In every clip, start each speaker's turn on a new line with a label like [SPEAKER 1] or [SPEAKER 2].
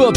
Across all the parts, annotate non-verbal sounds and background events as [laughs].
[SPEAKER 1] Hop,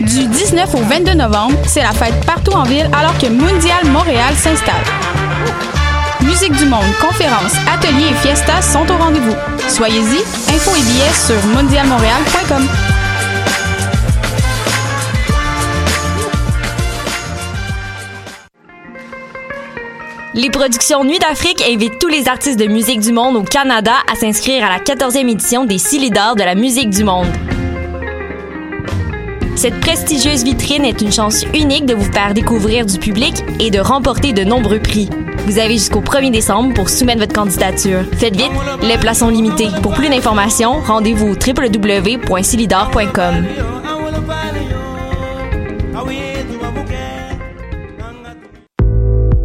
[SPEAKER 2] Du 19 au 22 novembre, c'est la fête partout en ville alors que Mondial Montréal s'installe. Musique du monde, conférences, ateliers et fiestas sont au rendez-vous. Soyez-y, infos et billets sur mondialmontréal.com.
[SPEAKER 3] Les productions Nuit d'Afrique invitent tous les artistes de musique du monde au Canada à s'inscrire à la 14e édition des 6 leaders de la musique du monde. Cette prestigieuse vitrine est une chance unique de vous faire découvrir du public et de remporter de nombreux prix. Vous avez jusqu'au 1er décembre pour soumettre votre candidature. Faites vite, les places sont limitées. Pour plus d'informations, rendez-vous au www.silidor.com.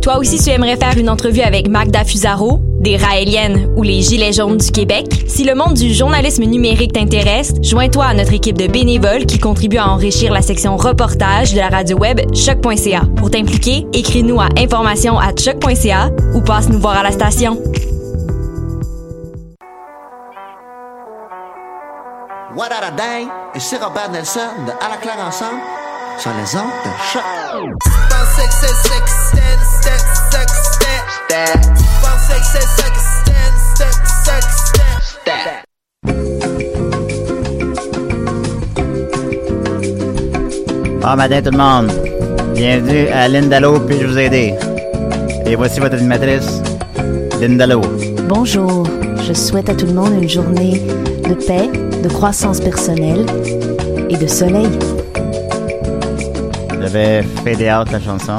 [SPEAKER 3] Toi aussi, tu aimerais faire une entrevue avec Magda Fusaro, des Raéliennes ou les Gilets jaunes du Québec? Si le monde du journalisme numérique t'intéresse, joins-toi à notre équipe de bénévoles qui contribue à enrichir la section reportage de la radio web choc.ca. Pour t'impliquer, écris-nous à information à choc.ca ou passe nous voir à la station.
[SPEAKER 4] What a day! Ici Robert Nelson de À la claire ensemble sur les ondes de choc.
[SPEAKER 5] Bon matin tout le monde. Bienvenue à Lindalo, puis-je vous aider? Et voici votre animatrice, Lindalo.
[SPEAKER 6] Bonjour, je souhaite à tout le monde une journée de paix, de croissance personnelle et de soleil.
[SPEAKER 5] J'avais fait out
[SPEAKER 6] [laughs]
[SPEAKER 5] la chanson.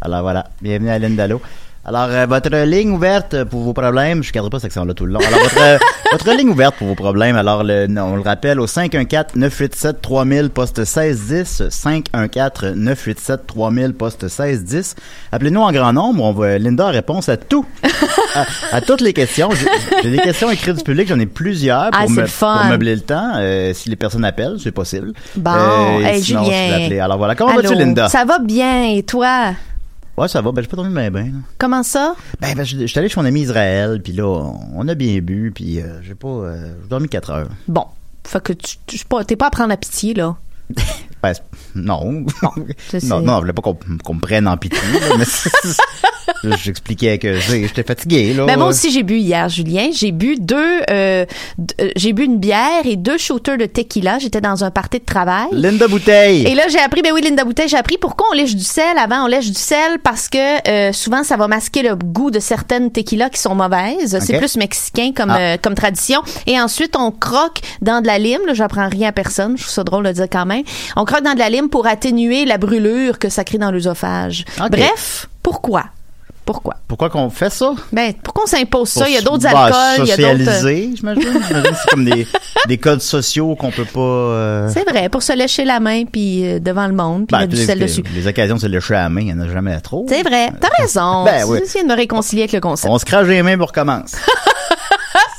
[SPEAKER 5] Alors voilà, bienvenue à Lindalo. Alors, euh, votre ligne ouverte pour vos problèmes, je ne garderai pas cette section-là tout le long. Alors,
[SPEAKER 6] [laughs]
[SPEAKER 5] votre, euh, votre ligne ouverte pour vos problèmes, alors, le, non, on le rappelle, au 514-987-3000, poste 1610, 514-987-3000, poste 1610. Appelez-nous en grand nombre, on va, Linda a réponse à tout, à, à toutes les questions. J'ai- J'ai des questions écrites du public, j'en ai plusieurs pour,
[SPEAKER 6] Ah, c'est
[SPEAKER 5] me-
[SPEAKER 6] le fun.
[SPEAKER 5] pour meubler le temps. Euh, si les personnes appellent, c'est possible.
[SPEAKER 6] Bon,
[SPEAKER 5] Euh, et
[SPEAKER 6] hey,
[SPEAKER 5] sinon, je vais
[SPEAKER 6] Julien.
[SPEAKER 5] appeler. Alors voilà, comment vas-tu,
[SPEAKER 6] Allô,
[SPEAKER 5] Linda?
[SPEAKER 6] Ça va bien, et toi?
[SPEAKER 5] Ouais, ça va, ben, j'ai pas dormi bien, ben, là.
[SPEAKER 6] Comment ça?
[SPEAKER 5] Ben, ben, je, je suis allé chez mon ami Israël, puis là, on on a bien bu, puis euh, j'ai pas... euh, j'ai dormi 4 heures.
[SPEAKER 6] Bon, fait que tu, tu- je sais pas- t'es pas à prendre la pitié, là.
[SPEAKER 5] Ben, c'est- non. [laughs]
[SPEAKER 6] c'est-
[SPEAKER 5] non, non, je voulais pas qu'on qu'on me prenne en pitié, là, mais c'est- c'est- j'expliquais que j'ai- j'étais fatigué, là.
[SPEAKER 6] Ben moi aussi, j'ai bu hier, Julien. J'ai bu deux... euh, d- euh, j'ai bu une bière et deux shooters de tequila. J'étais dans un party de travail.
[SPEAKER 5] Linda Bouteille!
[SPEAKER 6] Et là, j'ai appris, ben oui, Linda Boutet, j'ai appris pourquoi on lèche du sel avant. On lèche du sel parce que euh, souvent, ça va masquer le goût de certaines tequilas qui sont mauvaises. C'est
[SPEAKER 5] Ok.
[SPEAKER 6] plus mexicain comme,
[SPEAKER 5] Ah.
[SPEAKER 6] euh, comme tradition. Et ensuite, on croque dans de la lime. Là, j'apprends rien à personne. Je trouve ça drôle de le dire quand même. On croque dans de la lime pour atténuer la brûlure que ça crée dans l'œsophage.
[SPEAKER 5] Ok.
[SPEAKER 6] Bref, pourquoi? Pourquoi?
[SPEAKER 5] Pourquoi qu'on fait ça?
[SPEAKER 6] Ben, pourquoi on s'impose ça?
[SPEAKER 5] Pour
[SPEAKER 6] Il y a d'autres
[SPEAKER 5] s- ben,
[SPEAKER 6] alcools, il y a d'autres... euh,
[SPEAKER 5] socialiser, j'imagine. J'imagine que C'est comme des, des codes sociaux qu'on peut pas... euh,
[SPEAKER 6] C'est vrai, pour se lécher la main puis euh, devant le monde, puis
[SPEAKER 5] ben,
[SPEAKER 6] mettre du
[SPEAKER 5] les,
[SPEAKER 6] sel
[SPEAKER 5] les-
[SPEAKER 6] dessus.
[SPEAKER 5] les occasions de se lécher à la main, il y en a jamais trop.
[SPEAKER 6] C'est vrai, t'as raison.
[SPEAKER 5] Ben oui.
[SPEAKER 6] Tu viens de me réconcilier avec le concept.
[SPEAKER 5] On se crache les mains
[SPEAKER 6] [laughs]
[SPEAKER 5] pour commencer.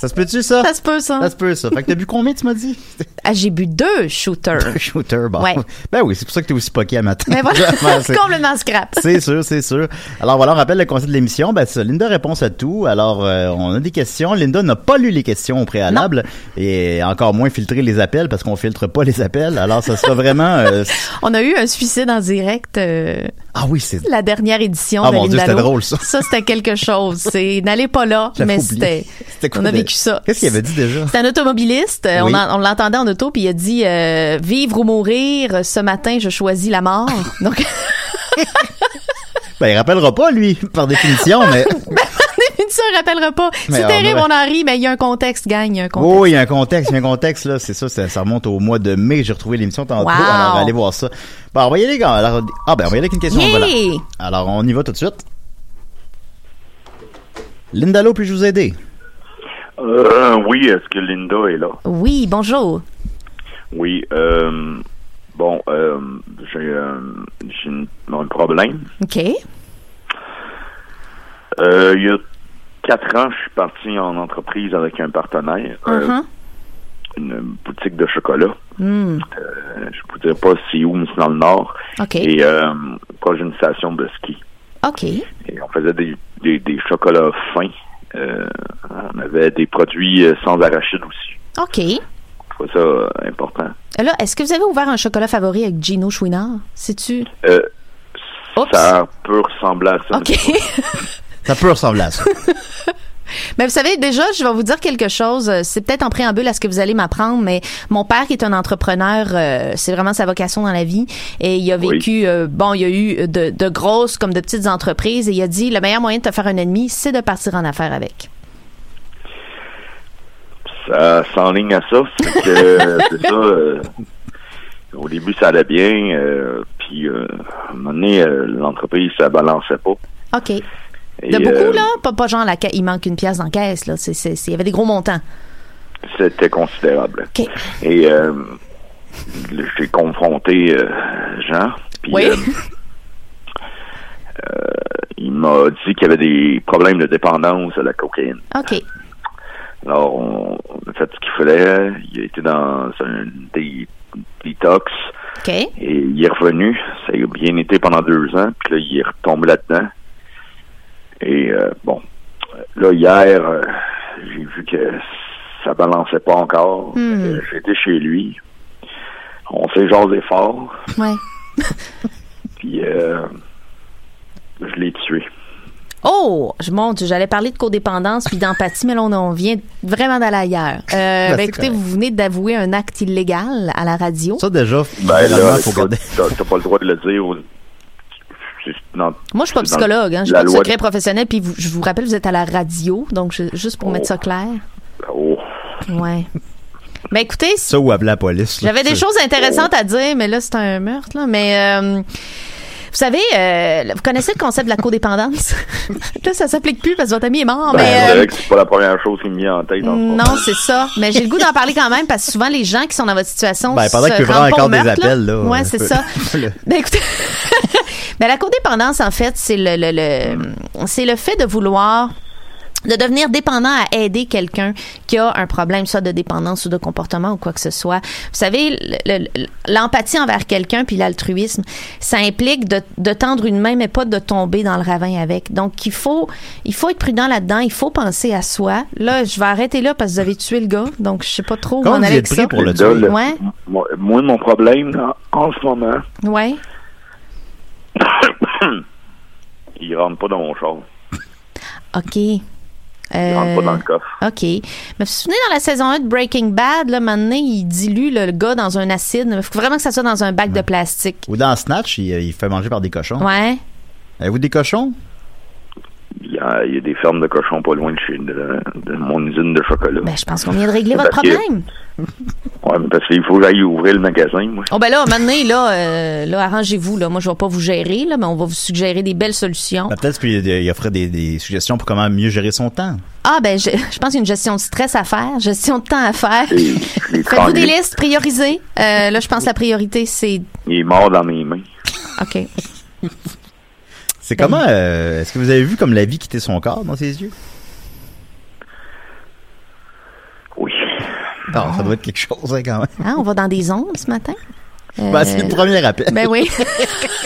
[SPEAKER 5] ça se peut-tu, ça?
[SPEAKER 6] Ça se peut, ça.
[SPEAKER 5] Ça se peut, ça. Fait que t'as bu combien, tu m'as dit?
[SPEAKER 6] Ah, j'ai bu deux shooters.
[SPEAKER 5] Un shooter, bon.
[SPEAKER 6] Ouais.
[SPEAKER 5] Ben oui, c'est pour ça que t'es aussi poqué à matin.
[SPEAKER 6] Mais Ben
[SPEAKER 5] [laughs]
[SPEAKER 6] voilà, [laughs]
[SPEAKER 5] Vraiment, c'est-
[SPEAKER 6] complètement scrap.
[SPEAKER 5] C'est sûr, c'est sûr. Alors voilà, on rappelle le concept de l'émission. Ben, c'est ça, Linda réponse à tout. Alors, euh, on a des questions. Linda n'a pas lu les questions au préalable et encore moins filtré les appels parce qu'on filtre pas les appels. Alors, ça sera vraiment... euh, c'est-
[SPEAKER 6] On a eu un suicide en direct euh,
[SPEAKER 5] Ah oui, c'est...
[SPEAKER 6] la dernière édition
[SPEAKER 5] Ah,
[SPEAKER 6] de
[SPEAKER 5] mon Dieu,
[SPEAKER 6] Lindalo.
[SPEAKER 5] c'était drôle, ça.
[SPEAKER 6] Ça, c'était quelque chose. C'est n'allez pas là,
[SPEAKER 5] J'avais
[SPEAKER 6] mais
[SPEAKER 5] oublié.
[SPEAKER 6] c'était.
[SPEAKER 5] C'était quoi
[SPEAKER 6] on a
[SPEAKER 5] de-
[SPEAKER 6] vécu ça.
[SPEAKER 5] Qu'est-ce qu'il avait dit déjà?
[SPEAKER 6] C'est un automobiliste. euh,
[SPEAKER 5] Oui.
[SPEAKER 6] On, en- on l'entendait en auto, puis il a dit euh, Vivre ou mourir, ce matin, je choisis la mort. Donc, [laughs]
[SPEAKER 5] Ben, il rappellera pas, lui, par définition, mais...
[SPEAKER 6] on est venu ça me rappellerai pas.
[SPEAKER 5] Mais
[SPEAKER 6] C'est
[SPEAKER 5] on
[SPEAKER 6] terrible,
[SPEAKER 5] aurait-
[SPEAKER 6] on en rit, mais il y a un contexte, gang, il y a un contexte.
[SPEAKER 5] Oh, il y a un contexte, il y a un contexte, là. C'est ça, ça, ça remonte au mois de mai. J'ai retrouvé l'émission tantôt.
[SPEAKER 6] Wow.
[SPEAKER 5] Alors, on va aller voir ça. Bon, on va y aller, gars. Alors, ah, ben, on va y aller avec une question.
[SPEAKER 6] Yeah!
[SPEAKER 5] voilà. Alors, on y va tout de suite. Lindalo, puis-je vous aider?
[SPEAKER 7] Euh, oui, est-ce que Linda est là?
[SPEAKER 6] Oui, bonjour.
[SPEAKER 7] Oui. Euh, bon, euh, j'ai euh, j'ai une- un problème.
[SPEAKER 6] OK.
[SPEAKER 7] Euh, il y a quatre ans, je suis parti en entreprise avec un partenaire, euh,
[SPEAKER 6] Uh-huh.
[SPEAKER 7] une boutique de chocolat.
[SPEAKER 6] Hmm.
[SPEAKER 7] Euh, Je ne vous dirai pas c'est où, mais c'est dans le nord.
[SPEAKER 6] OK.
[SPEAKER 7] Et euh, proche d'une station de ski.
[SPEAKER 6] OK.
[SPEAKER 7] Et on faisait des, des, des chocolats fins. Euh, on avait des produits euh, sans arachide aussi.
[SPEAKER 6] OK.
[SPEAKER 7] Je trouve ça euh, important.
[SPEAKER 6] Là, est-ce que vous avez ouvert un chocolat favori avec Gino Chouinard? C'est-tu?
[SPEAKER 7] Euh,
[SPEAKER 6] Oups.
[SPEAKER 7] ça peut ressembler à ça. mais
[SPEAKER 6] OK.
[SPEAKER 5] Ça peut ressembler à ça.
[SPEAKER 6] [laughs] Mais vous savez, déjà, je vais vous dire quelque chose. euh, C'est peut-être en préambule à ce que vous allez m'apprendre, mais mon père qui est un entrepreneur, euh, c'est vraiment sa vocation dans la vie. Et il a
[SPEAKER 7] Oui.
[SPEAKER 6] vécu, euh, bon, il y a eu de, de grosses comme de petites entreprises. Et il a dit, le meilleur moyen de te faire un ennemi, c'est de partir en affaires avec.
[SPEAKER 7] ça s'enligne Euh, à ça. Fait que, euh, c'est ça. euh, au début, ça allait bien. euh, puis, euh, à un moment donné, euh, l'entreprise, ça balançait pas.
[SPEAKER 6] OK.
[SPEAKER 7] Et,
[SPEAKER 6] De beaucoup,
[SPEAKER 7] euh,
[SPEAKER 6] là? Pas, pas genre, la ca- il manque une pièce dans la caisse, là. C'est- c'est- c'est- Il y avait des gros montants.
[SPEAKER 7] C'était considérable.
[SPEAKER 6] OK.
[SPEAKER 7] Et euh, j'ai confronté euh, Jean. Puis,
[SPEAKER 6] Oui.
[SPEAKER 7] euh, euh, il m'a dit qu'il y avait des problèmes de dépendance à la cocaïne.
[SPEAKER 6] OK.
[SPEAKER 7] Alors, on on a fait ce qu'il fallait. Il a été dans un dé- détox.
[SPEAKER 6] OK.
[SPEAKER 7] Et il est revenu. Ça a bien été pendant deux ans. Puis là, il est retombé là-dedans. Et euh, bon, là, hier, euh, j'ai vu que ça balançait pas encore.
[SPEAKER 6] Hmm.
[SPEAKER 7] Euh, J'étais chez lui. On s'est jasé fort.
[SPEAKER 6] Ouais.
[SPEAKER 7] Puis euh, je l'ai tué.
[SPEAKER 6] Oh, je monte, j'allais parler de codépendance puis d'empathie, mais là, on, on vient vraiment d'aller ailleurs. Euh, ben,
[SPEAKER 5] c'est
[SPEAKER 6] écoutez,
[SPEAKER 5] correct.
[SPEAKER 6] vous venez d'avouer un acte illégal à la radio.
[SPEAKER 5] Ça, déjà,
[SPEAKER 7] Ben
[SPEAKER 5] finalement,
[SPEAKER 7] là,
[SPEAKER 5] faut
[SPEAKER 7] t'as
[SPEAKER 5] garder-
[SPEAKER 7] t'as- t'as pas le droit de le dire. aux- c'est- non,
[SPEAKER 6] Moi, je suis pas
[SPEAKER 7] c'est dans
[SPEAKER 6] psychologue, hein, je suis
[SPEAKER 7] la
[SPEAKER 6] pas de
[SPEAKER 7] loi
[SPEAKER 6] secret professionnel, puis vous- je vous rappelle, vous êtes à la radio, donc je- juste pour
[SPEAKER 7] Oh.
[SPEAKER 6] mettre ça clair.
[SPEAKER 7] Oh.
[SPEAKER 6] Ouais. ben écoutez, si-
[SPEAKER 5] Ça ou appeler la police. là.
[SPEAKER 6] j'avais des
[SPEAKER 5] C'est-
[SPEAKER 6] choses intéressantes à dire, mais là, c'est un meurtre, là. Mais euh, vous savez, euh, vous connaissez le concept de la codépendance? [laughs] là, ça s'applique plus parce que votre ami est mort,
[SPEAKER 7] Ben,
[SPEAKER 6] mais...
[SPEAKER 7] c'est
[SPEAKER 6] euh,
[SPEAKER 7] vrai que c'est pas la première chose qui me vient en tête. dans le fond.
[SPEAKER 6] Non, c'est ça. Mais j'ai le goût d'en parler quand même parce que souvent les gens qui sont dans votre situation
[SPEAKER 5] Ben, pendant
[SPEAKER 6] se
[SPEAKER 5] qu'il peut
[SPEAKER 6] rendent
[SPEAKER 5] prendre
[SPEAKER 6] pas au
[SPEAKER 5] encore des
[SPEAKER 6] meurtre,
[SPEAKER 5] appels, là. euh,
[SPEAKER 6] Ouais,
[SPEAKER 5] on [laughs]
[SPEAKER 6] c'est
[SPEAKER 5] peut-
[SPEAKER 6] ça.
[SPEAKER 5] Le-
[SPEAKER 6] Ben écoutez, [laughs] ben, la codépendance en fait, c'est le, le, le- c'est le fait de vouloir de devenir dépendant à aider quelqu'un qui a un problème, soit de dépendance ou de comportement ou quoi que ce soit. Vous savez, le- le- l'empathie envers quelqu'un puis l'altruisme, ça implique de, de tendre une main, mais pas de tomber dans le ravin avec. Donc, il faut, il faut être prudent là-dedans. Il faut penser à soi. Là, je vais arrêter là parce que vous avez tué le gars, donc je sais pas trop où
[SPEAKER 5] Comment
[SPEAKER 6] on
[SPEAKER 5] vous
[SPEAKER 6] allait
[SPEAKER 5] y êtes
[SPEAKER 6] avec ça.
[SPEAKER 5] pris pour le
[SPEAKER 7] Là,
[SPEAKER 5] tuer?
[SPEAKER 7] le-
[SPEAKER 6] Ouais.
[SPEAKER 7] moi, moi, mon problème, en, en ce moment,
[SPEAKER 6] Ouais.
[SPEAKER 7] il rentre pas dans mon char.
[SPEAKER 6] OK.
[SPEAKER 7] Il
[SPEAKER 6] Euh,
[SPEAKER 7] rentre pas dans le coffre.
[SPEAKER 6] OK. Mais vous vous souvenez, dans la saison 1 de Breaking Bad, là, maintenant, il dilue le, le gars dans un acide. Il faut vraiment que ça soit dans un bac de plastique.
[SPEAKER 5] Ou dans Snatch, il, il fait manger par des cochons.
[SPEAKER 6] Ouais.
[SPEAKER 5] Avez-vous des cochons?
[SPEAKER 7] Il y, a, il y a des fermes de cochons pas loin de chez de, de mon usine de chocolat.
[SPEAKER 6] Ben, je pense qu'on vient de régler votre
[SPEAKER 7] Parce que-
[SPEAKER 6] problème.
[SPEAKER 7] Ouais, mais parce qu'il faut que j'aille ouvrir le magasin, moi.
[SPEAKER 6] Oh, ben là, maintenant, là, euh, là arrangez-vous. Là. Moi, je vais pas vous gérer, là, mais on va vous suggérer des belles solutions.
[SPEAKER 5] Ben, Peut-être qu'il il offrait des, des suggestions pour comment mieux gérer son temps.
[SPEAKER 6] Ah, ben, je, je pense qu'il y a une gestion de stress à faire, gestion de temps à faire.
[SPEAKER 7] Et je l'ai
[SPEAKER 6] [laughs] Faites-vous des
[SPEAKER 7] tranglé.
[SPEAKER 6] listes, priorisées. Euh, là, je pense que la priorité, c'est...
[SPEAKER 7] Il est mort dans mes mains.
[SPEAKER 6] OK.
[SPEAKER 5] C'est
[SPEAKER 6] Ben-
[SPEAKER 5] comment... euh, Est-ce que vous avez vu comme la vie quitter son corps dans ses yeux?
[SPEAKER 7] Oui.
[SPEAKER 5] Ah, ça doit être quelque chose, hein, quand même.
[SPEAKER 6] Hein, on va dans des ondes ce matin? Euh,
[SPEAKER 5] Ben, c'est le premier appel.
[SPEAKER 6] Ben oui.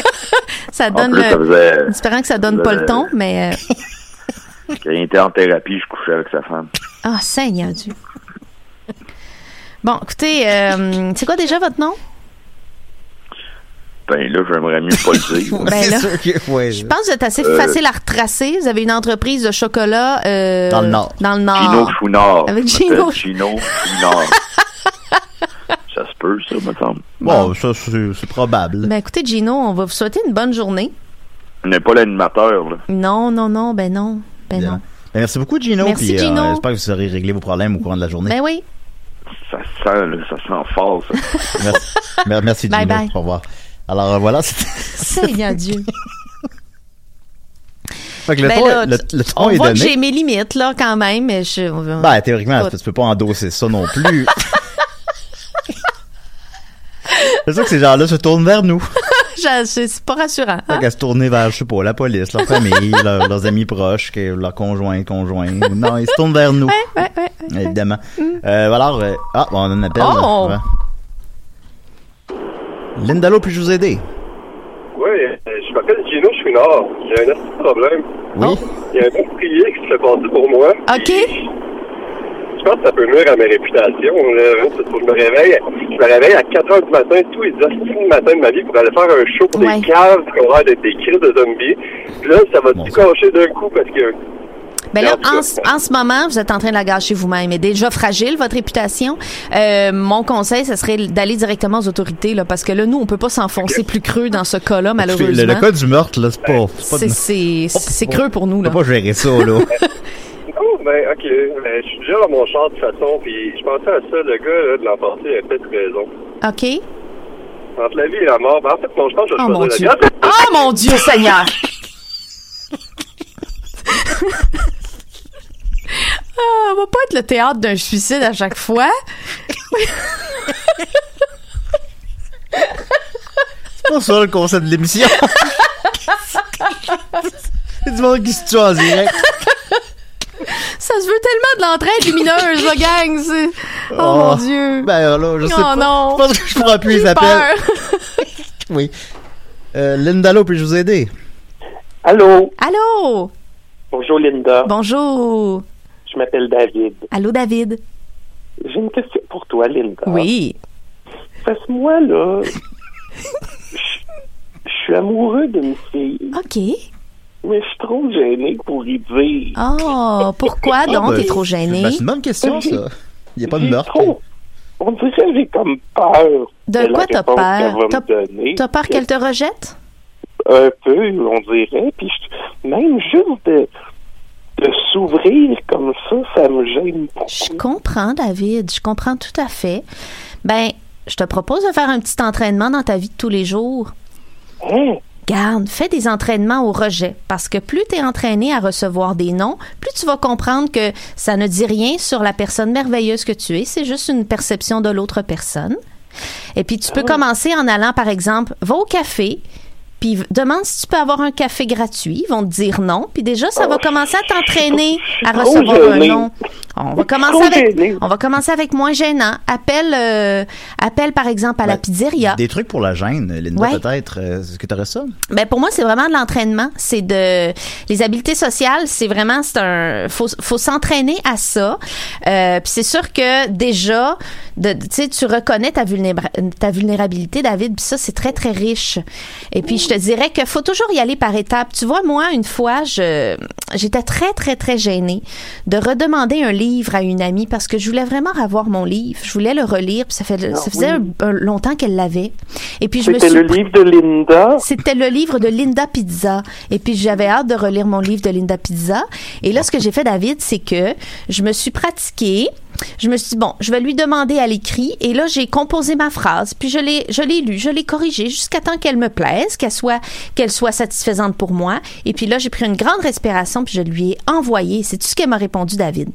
[SPEAKER 6] [laughs] ça
[SPEAKER 7] En
[SPEAKER 6] donne
[SPEAKER 7] plus, ça
[SPEAKER 6] le... [laughs]
[SPEAKER 7] faisait.
[SPEAKER 6] en espérant que ça donne
[SPEAKER 7] Le-
[SPEAKER 6] pas le ton, mais euh,
[SPEAKER 7] Quand il était en thérapie, je couchais avec sa femme.
[SPEAKER 6] ah Seigneur Dieu. Bon, écoutez, euh, c'est quoi déjà votre
[SPEAKER 5] [laughs]
[SPEAKER 6] nom
[SPEAKER 7] Ben là, j'aimerais mieux pas le dire.
[SPEAKER 6] [laughs] ben là.
[SPEAKER 5] c'est sûr que... ouais,
[SPEAKER 6] Je pense que vous êtes assez
[SPEAKER 7] Euh,
[SPEAKER 6] facile à retracer. Vous avez une entreprise de chocolat euh,
[SPEAKER 5] Dans le Nord.
[SPEAKER 6] Dans le
[SPEAKER 7] Gino
[SPEAKER 6] Nord.
[SPEAKER 7] Chouinard.
[SPEAKER 6] Avec
[SPEAKER 7] Je m'appelle
[SPEAKER 6] Gino.
[SPEAKER 7] Gino Chouinard. [laughs] ça se peut, ça, me semble.
[SPEAKER 5] Bon, ça, c'est c'est probable.
[SPEAKER 6] Ben écoutez, Gino, on va vous souhaiter une bonne journée.
[SPEAKER 7] On n'est pas l'animateur, là.
[SPEAKER 6] Non, non, non, ben non, ben
[SPEAKER 5] Bien.
[SPEAKER 6] non.
[SPEAKER 5] Ben, merci beaucoup, Gino.
[SPEAKER 6] Merci,
[SPEAKER 5] puis, euh,
[SPEAKER 6] Gino.
[SPEAKER 5] J'espère que vous aurez réglé vos problèmes au courant de la journée.
[SPEAKER 6] Ben oui.
[SPEAKER 7] Ça sent, là, ça sent fort, ça.
[SPEAKER 5] Merci, Mer- merci, Gino.
[SPEAKER 6] Bye bye.
[SPEAKER 5] Au revoir. Alors, euh,
[SPEAKER 6] [laughs]
[SPEAKER 5] voilà. c'était-
[SPEAKER 6] Seigneur Dieu.
[SPEAKER 5] Fait que [laughs] le
[SPEAKER 6] Ben
[SPEAKER 5] ton,
[SPEAKER 6] là,
[SPEAKER 5] le,
[SPEAKER 6] tu-
[SPEAKER 5] le ton
[SPEAKER 6] on
[SPEAKER 5] est
[SPEAKER 6] voit
[SPEAKER 5] donné.
[SPEAKER 6] que j'ai mes limites, là, quand même. Mais je...
[SPEAKER 5] Ben, théoriquement, tu peux pas endosser ça non plus. c'est sûr que ces gens-là se tournent vers nous.
[SPEAKER 6] [laughs] Je- je- c'est pas rassurant. hein?
[SPEAKER 5] Fait qu'à se tourner vers, je sais pas, la police, leur
[SPEAKER 6] [laughs]
[SPEAKER 5] famille, leur- leurs amis proches, que- leurs conjoints, conjoints. Non, ils se tournent vers nous.
[SPEAKER 6] Ouais, ouais, ouais. Mm.
[SPEAKER 5] Évidemment. Euh, alors, euh, ah, bon, on en appelle. hein,
[SPEAKER 6] Oh!
[SPEAKER 5] Lindalo, puis-je vous aider?
[SPEAKER 8] Oui, euh, je m'appelle Gino Chouinard. J'ai un petit problème.
[SPEAKER 5] Oui.
[SPEAKER 6] Oh.
[SPEAKER 8] Il y a un bon prier qui se fait passer pour moi.
[SPEAKER 6] OK.
[SPEAKER 8] Je pense que ça peut nuire à ma réputation. là. C'est pour que je me réveille. Je me réveille à 4 heures du matin, tous les hosties du matin de ma vie pour aller faire un show pour
[SPEAKER 6] Ouais.
[SPEAKER 8] des caves qui ont l'air d'être des cris de zombies. Puis là, ça va
[SPEAKER 5] Mon
[SPEAKER 8] décocher d'un coup parce que
[SPEAKER 6] Ben là,
[SPEAKER 8] Regarde
[SPEAKER 6] en,
[SPEAKER 8] ça.
[SPEAKER 6] en ce moment, vous êtes en train de la gâcher vous-même. Et déjà fragile, votre réputation. Euh, mon conseil, ce serait d'aller directement aux autorités, là, parce que là, nous, on peut pas s'enfoncer plus creux dans ce cas-là, malheureusement.
[SPEAKER 5] Le, le cas du meurtre, là, c'est pas. C'est pas de-
[SPEAKER 6] c'est, c'est, c'est
[SPEAKER 5] Oh.
[SPEAKER 6] creux pour nous,
[SPEAKER 5] on
[SPEAKER 6] là.
[SPEAKER 5] peut pas gérer ça, là.
[SPEAKER 6] [laughs]
[SPEAKER 8] Non, ben, OK. Ben, je suis déjà dans mon char de toute façon, puis je pensais à ça, le gars là, de l'an passé, il a peut-être raison.
[SPEAKER 6] OK?
[SPEAKER 8] Entre la vie et la mort, ben, en fait, mon char, je vais
[SPEAKER 6] Oh mon Dieu.
[SPEAKER 8] choisir la mienne.
[SPEAKER 6] Oh mon Dieu,
[SPEAKER 8] [laughs]
[SPEAKER 6] Seigneur! Ah, on va pas être le théâtre d'un suicide à chaque fois.
[SPEAKER 5] C'est pas ça le concept de l'émission. C'est du monde qui se tue en direct.
[SPEAKER 6] Ça se veut tellement de l'entraide lumineuse, là, gang. c'est- Oh, mon
[SPEAKER 5] Oh.
[SPEAKER 6] Dieu.
[SPEAKER 5] Ben alors là, je sais
[SPEAKER 6] Oh
[SPEAKER 5] pas.
[SPEAKER 6] non.
[SPEAKER 5] Je pense que je pourrais appuyer
[SPEAKER 6] J'ai
[SPEAKER 5] les appels.
[SPEAKER 6] peur.
[SPEAKER 5] Oui. Euh, Lindalo, puis-je vous aider?
[SPEAKER 8] Allô?
[SPEAKER 6] [laughs] Allô?
[SPEAKER 8] Bonjour, Linda.
[SPEAKER 6] Bonjour.
[SPEAKER 8] Je m'appelle David.
[SPEAKER 6] Allô, David?
[SPEAKER 8] J'ai une question pour toi, Linda.
[SPEAKER 6] Oui.
[SPEAKER 8] Parce que moi, là, je je suis amoureux d'une fille,
[SPEAKER 6] OK.
[SPEAKER 8] mais je suis trop gêné pour y dire.
[SPEAKER 6] Oh, pourquoi
[SPEAKER 5] Ah,
[SPEAKER 6] donc?
[SPEAKER 5] ben,
[SPEAKER 6] T'es trop gêné?
[SPEAKER 5] Ben, c'est une bonne question, ça. Il n'y a pas de
[SPEAKER 8] J'ai
[SPEAKER 5] meurtre.
[SPEAKER 8] trop- On dirait que j'ai comme peur.
[SPEAKER 6] De
[SPEAKER 8] la
[SPEAKER 6] quoi t'as peur?
[SPEAKER 8] réponse qu'elle va me
[SPEAKER 6] T'as-
[SPEAKER 8] donner.
[SPEAKER 6] T'as peur qu'elle te rejette?
[SPEAKER 8] Un peu, on dirait. Puis je- même juste de, de s'ouvrir comme ça, ça me gêne
[SPEAKER 6] Je
[SPEAKER 8] beaucoup.
[SPEAKER 6] comprends, David. Je comprends tout à fait. Ben, je te propose de faire un petit entraînement dans ta vie de tous les jours.
[SPEAKER 8] Hein?
[SPEAKER 6] Garde, fais des entraînements au rejet parce que plus tu es entraîné à recevoir des noms, plus tu vas comprendre que ça ne dit rien sur la personne merveilleuse que tu es, c'est juste une perception de l'autre personne. Et puis tu peux
[SPEAKER 8] Ah
[SPEAKER 6] commencer en allant par exemple, va au café, puis v- demande si tu peux avoir un café gratuit, ils vont te dire non, puis déjà ça va commencer à t'entraîner à
[SPEAKER 8] Oh. trop
[SPEAKER 6] recevoir un
[SPEAKER 8] gênée.
[SPEAKER 6] nom. On va
[SPEAKER 8] Je suis
[SPEAKER 6] commencer
[SPEAKER 8] trop
[SPEAKER 6] avec
[SPEAKER 8] gênée.
[SPEAKER 6] on va commencer avec moins gênant. Appelle euh, appelle par exemple à la
[SPEAKER 5] Ben,
[SPEAKER 6] pizzeria.
[SPEAKER 5] Des trucs pour la gêne, Linda,
[SPEAKER 6] Ouais.
[SPEAKER 5] peut-être. euh, Est-ce que t'aurais ça?
[SPEAKER 6] Ben pour moi, c'est vraiment de l'entraînement. C'est de les habiletés sociales. C'est vraiment c'est un faut faut s'entraîner à ça. Euh, Puis c'est sûr que déjà, de, tu sais, tu reconnais ta vulnéra- ta vulnérabilité, David. Puis ça, c'est très très riche. Et puis je te dirais que faut toujours y aller par étapes. Tu vois, moi, une fois, je j'étais très très très gênée de redemander un livre à une amie parce que je voulais vraiment avoir mon livre. Je voulais le relire. Puis ça fait
[SPEAKER 8] Ah
[SPEAKER 6] ça faisait un- un longtemps qu'elle l'avait. Et puis je me
[SPEAKER 8] C'était
[SPEAKER 6] suis
[SPEAKER 8] le livre de Linda.
[SPEAKER 6] c'était le livre de Linda Pizza. Et puis, j'avais hâte de relire mon livre de Linda Pizza. Et là, ce que j'ai fait, David, c'est que je me suis pratiquée. Je me suis dit, bon, je vais lui demander à l'écrit. Et là, j'ai composé ma phrase. Puis, je l'ai, je l'ai lue, je l'ai corrigée jusqu'à temps qu'elle me plaise, qu'elle soit, qu'elle soit satisfaisante pour moi. Et puis là, j'ai pris une grande respiration, puis je lui ai envoyé. C'est tout ce qu'elle m'a répondu, David.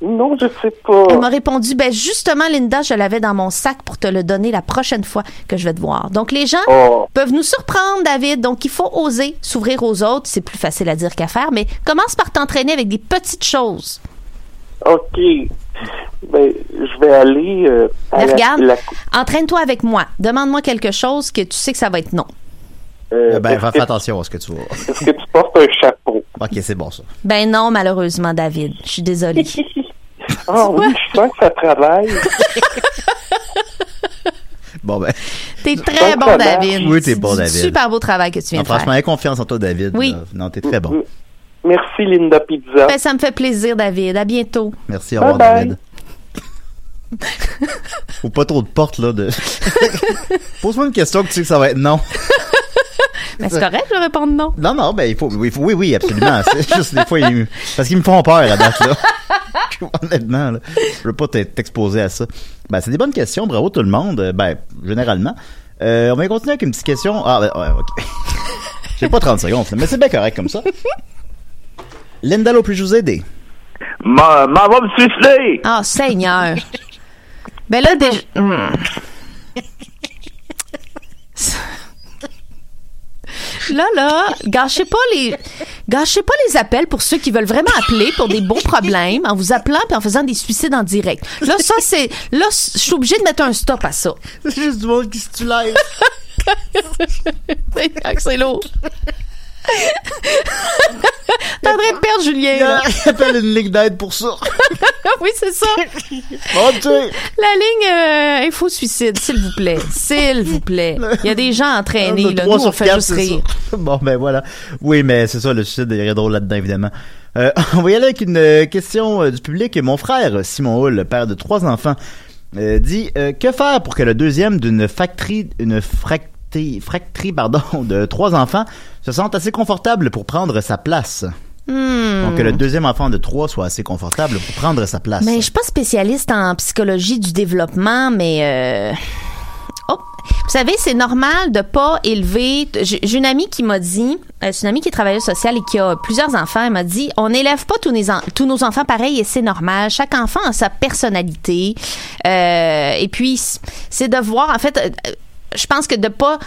[SPEAKER 8] Non, je sais pas.
[SPEAKER 6] Elle m'a répondu, ben justement, Linda, je l'avais dans mon sac pour te le donner la prochaine fois que je vais te voir. Donc, les gens
[SPEAKER 8] Oh.
[SPEAKER 6] peuvent nous surprendre, David. Donc, il faut oser s'ouvrir aux autres. C'est plus facile à dire qu'à faire, mais commence par t'entraîner avec des petites choses.
[SPEAKER 8] OK. Ben, je vais aller euh,
[SPEAKER 3] Ah,
[SPEAKER 8] à
[SPEAKER 6] Mais
[SPEAKER 8] la,
[SPEAKER 6] regarde,
[SPEAKER 8] la-
[SPEAKER 6] entraîne-toi avec moi. Demande-moi quelque chose que tu sais que ça va être non.
[SPEAKER 8] euh,
[SPEAKER 5] Eh ben,
[SPEAKER 8] est-ce,
[SPEAKER 5] fais
[SPEAKER 8] que,
[SPEAKER 5] fais attention à ce que tu vas.
[SPEAKER 8] est-ce que tu portes un chapeau?
[SPEAKER 5] [laughs] Ok, c'est bon, ça.
[SPEAKER 6] Ben non, malheureusement, David. Je suis désolée.
[SPEAKER 8] Ah oui, je sens que ça travaille.
[SPEAKER 5] Bon, ben,
[SPEAKER 6] T'es très
[SPEAKER 8] Bon
[SPEAKER 6] bon,
[SPEAKER 8] travail.
[SPEAKER 6] David.
[SPEAKER 5] Oui, t'es bon,
[SPEAKER 6] du
[SPEAKER 5] David.
[SPEAKER 6] Super beau travail que tu viens
[SPEAKER 5] non,
[SPEAKER 6] de faire.
[SPEAKER 5] franchement, aie confiance en toi, David.
[SPEAKER 6] Oui.
[SPEAKER 5] là. Non, t'es très bon.
[SPEAKER 8] Merci, Linda Pizza.
[SPEAKER 6] Ben, ça me fait plaisir, David. À bientôt.
[SPEAKER 5] Merci, au revoir,
[SPEAKER 8] Bye bye.
[SPEAKER 5] David.
[SPEAKER 6] [laughs]
[SPEAKER 5] [laughs] Faut pas trop de portes, là. De... Pose-moi une question que tu sais que ça va être non.
[SPEAKER 6] Mais Ben, c'est correct, je vais répondre non.
[SPEAKER 5] Non, non, ben, il faut, oui, il faut- oui, oui, [laughs] absolument. C'est juste des fois, ils me- parce qu'ils me font peur à date, là. [laughs] Honnêtement, là. Je veux pas t'être- t'exposer à ça. Ben, c'est des bonnes questions. Bravo tout le monde. Euh, Ben, généralement. Euh, on va continuer avec une petite question. Ah, ben, ouais, ok. [laughs] J'ai pas 30 secondes, mais c'est bien correct comme [laughs] ça. Lindalo, puis-je vous aider?
[SPEAKER 7] Ma, ma va me suicider!
[SPEAKER 6] Ah, Seigneur. ben là, déjà. Hmm. Là, là, gâchez pas les, gâchez pas les appels pour ceux qui veulent vraiment appeler pour des bons problèmes en vous appelant puis en faisant des suicides en direct. Là, ça, c'est, là, je suis obligée de mettre un stop à ça.
[SPEAKER 5] C'est juste du monde qui se tue [laughs] live.
[SPEAKER 6] c'est lourd. T'es en train de perdre Julien, là.
[SPEAKER 5] Il appelle une ligue d'aide pour [laughs] ça.
[SPEAKER 6] oui, c'est ça.
[SPEAKER 5] Mon Dieu!
[SPEAKER 6] La ligne euh, info suicide, s'il vous plaît, s'il vous plaît. Il y a des gens entraînés,
[SPEAKER 5] Le
[SPEAKER 6] là, nous
[SPEAKER 5] trois
[SPEAKER 6] on
[SPEAKER 5] sur
[SPEAKER 6] fait
[SPEAKER 5] quatre,
[SPEAKER 6] juste
[SPEAKER 5] c'est
[SPEAKER 6] rire.
[SPEAKER 5] ça. [laughs] Bon, ben voilà. Oui, mais c'est ça, le suicide, il y a rien de drôle là-dedans, évidemment. Euh, [laughs] on va y aller avec une euh, question euh, du public. Mon frère, Simon Hull, père de trois enfants, euh, dit euh, Que faire pour que le deuxième d'une factory, une fracti- fractrie, pardon, [laughs] de trois enfants se sente assez confortable pour prendre sa place?
[SPEAKER 6] Hmm.
[SPEAKER 5] Donc, que le deuxième enfant de trois soit assez confortable pour prendre sa place.
[SPEAKER 6] Mais je suis pas spécialiste en psychologie du développement, mais euh, oh, vous savez, c'est normal de pas élever. J'ai j'ai une amie qui m'a dit, euh, c'est une amie qui est travailleuse sociale et qui a plusieurs enfants. Elle m'a dit, on n'élève pas tous, nos en- tous nos enfants pareils et c'est normal. Chaque enfant a sa personnalité. Euh, et puis, c'est de voir, en fait, euh, euh, je pense que de pas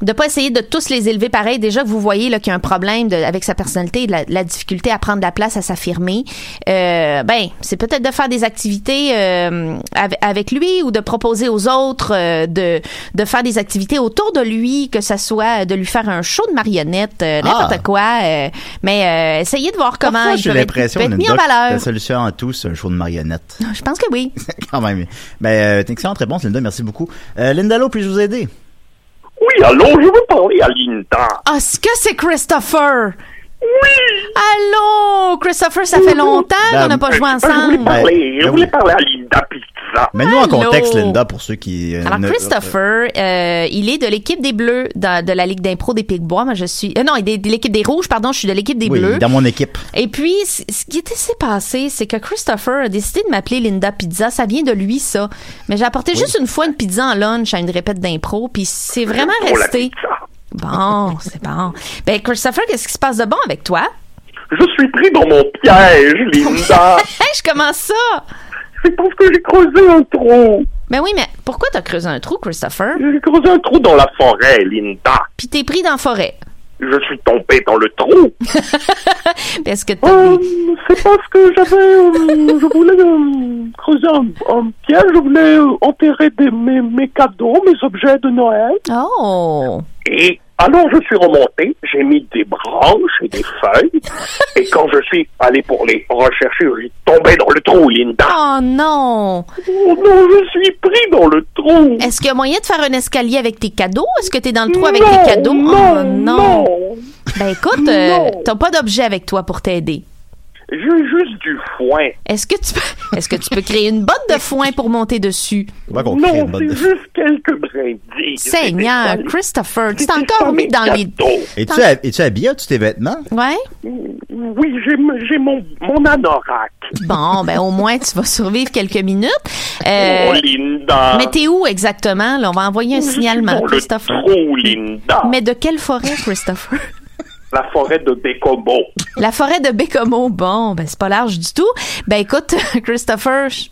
[SPEAKER 6] de pas essayer de tous les élever pareil. Déjà que vous voyez là, qu'il y a un problème de- avec sa personnalité, de la, de la difficulté à prendre la place, à s'affirmer. Euh, ben, c'est peut-être de faire des activités euh, ave- avec lui ou de proposer aux autres euh, de, de faire des activités autour de lui, que ça soit de lui faire un show de marionnettes, euh, n'importe
[SPEAKER 5] Ah.
[SPEAKER 6] quoi. euh, mais euh, essayez de voir comment
[SPEAKER 5] Parfois,
[SPEAKER 6] il
[SPEAKER 5] j'ai
[SPEAKER 6] peut être,
[SPEAKER 5] l'impression
[SPEAKER 6] peut être
[SPEAKER 5] d'une
[SPEAKER 6] mis en
[SPEAKER 5] doc, la
[SPEAKER 6] valeur.
[SPEAKER 5] solution à tout, c'est un show de marionnettes.
[SPEAKER 6] Je pense que oui.
[SPEAKER 5] [laughs] Quand même. Mais euh, t'es excellente réponse, Linda. Merci beaucoup. Euh, Linda Lowe, puis-je vous aider?
[SPEAKER 7] Oui, allô, je veux parler à Linda.
[SPEAKER 6] Ah, ce que c'est Christopher? Oui! Allô, Christopher, ça fait longtemps
[SPEAKER 5] Ben,
[SPEAKER 6] qu'on n'a pas joué ensemble.
[SPEAKER 5] Ben,
[SPEAKER 7] Parler, Hein, je
[SPEAKER 5] ben
[SPEAKER 7] voulais
[SPEAKER 5] oui.
[SPEAKER 7] parler à Linda Pizza.
[SPEAKER 5] Mets-nous Ben, en
[SPEAKER 6] Allô?
[SPEAKER 5] contexte, Linda, pour ceux qui. euh,
[SPEAKER 6] Alors,
[SPEAKER 5] ne-
[SPEAKER 6] Christopher, euh, il est de l'équipe des Bleus dans- de la Ligue d'impro des Pic-Bois. Moi, je suis. euh, non, il est de l'équipe des Rouges, pardon, je suis de l'équipe des
[SPEAKER 5] oui,
[SPEAKER 6] Bleus.
[SPEAKER 5] dans mon équipe.
[SPEAKER 6] Et puis, c- ce qui était s'est passé, c'est que Christopher a décidé de m'appeler Linda Pizza. Ça vient de lui, ça. Mais j'ai apporté juste une fois une pizza en lunch à une répète d'impro, puis c'est vraiment
[SPEAKER 7] Pour la
[SPEAKER 6] resté.
[SPEAKER 7] pizza.
[SPEAKER 6] Bon, c'est bon. Ben, Christopher, qu'est-ce qui se passe de bon avec toi?
[SPEAKER 7] Je suis pris dans mon piège, Linda.
[SPEAKER 6] Hey, je commence ça!
[SPEAKER 7] C'est parce que j'ai creusé un trou.
[SPEAKER 6] Ben oui, mais pourquoi t'as creusé un trou, Christopher?
[SPEAKER 7] J'ai creusé un trou dans la forêt, Linda.
[SPEAKER 6] Puis t'es pris dans la forêt. [laughs]
[SPEAKER 7] Je suis tombé dans le trou.
[SPEAKER 6] Ben, Est-ce que t'as
[SPEAKER 7] Euh, c'est parce que j'avais. euh, je voulais euh, creuser un, un piège, je voulais euh, enterrer des- mes, mes cadeaux, mes objets de Noël.
[SPEAKER 6] Oh!
[SPEAKER 7] Et alors je suis remonté, j'ai mis des branches et des
[SPEAKER 6] [laughs]
[SPEAKER 7] feuilles. et quand je suis allé pour les rechercher, je suis tombé dans le trou, Linda.
[SPEAKER 6] Oh non!
[SPEAKER 7] Oh non, je suis pris dans le trou.
[SPEAKER 6] Est-ce qu'il y a moyen de faire un escalier avec tes cadeaux? Est-ce que t'es dans le trou avec
[SPEAKER 7] Non,
[SPEAKER 6] tes cadeaux?
[SPEAKER 7] Non,
[SPEAKER 6] Oh,
[SPEAKER 7] non.
[SPEAKER 6] Ben écoute, euh,
[SPEAKER 7] Non.
[SPEAKER 6] t'as pas d'objet avec toi pour t'aider.
[SPEAKER 7] J'ai juste du foin.
[SPEAKER 6] Est-ce que tu peux, [laughs] est-ce que tu peux créer une botte de foin pour monter dessus?
[SPEAKER 5] Faut pas qu'on crée
[SPEAKER 7] Non,
[SPEAKER 5] une bonne-
[SPEAKER 7] c'est juste quelques brindilles.
[SPEAKER 6] Seigneur,
[SPEAKER 7] C'est des-
[SPEAKER 6] Christopher, tu
[SPEAKER 7] c'est
[SPEAKER 6] t'es encore
[SPEAKER 7] pas
[SPEAKER 6] mis
[SPEAKER 7] mes
[SPEAKER 6] dans les...
[SPEAKER 7] cadeaux.
[SPEAKER 5] Es-tu hab- es-tu habillé? As-tu tes vêtements?
[SPEAKER 6] Ouais?
[SPEAKER 7] Oui, j'ai m- j'ai mon, mon anorak.
[SPEAKER 6] Bon, ben au moins tu vas survivre quelques minutes. Euh,
[SPEAKER 7] Oh, Linda.
[SPEAKER 6] mais t'es où exactement? Là, on va envoyer un
[SPEAKER 7] Je suis
[SPEAKER 6] signalement,
[SPEAKER 7] dans le
[SPEAKER 6] Christopher.
[SPEAKER 7] trou, Linda.
[SPEAKER 6] Mais de quelle forêt, Christopher?
[SPEAKER 7] La forêt de Bécomo.
[SPEAKER 6] La forêt de Bécomo, bon, ben c'est pas large du tout. Ben écoute, [laughs] Christopher, je-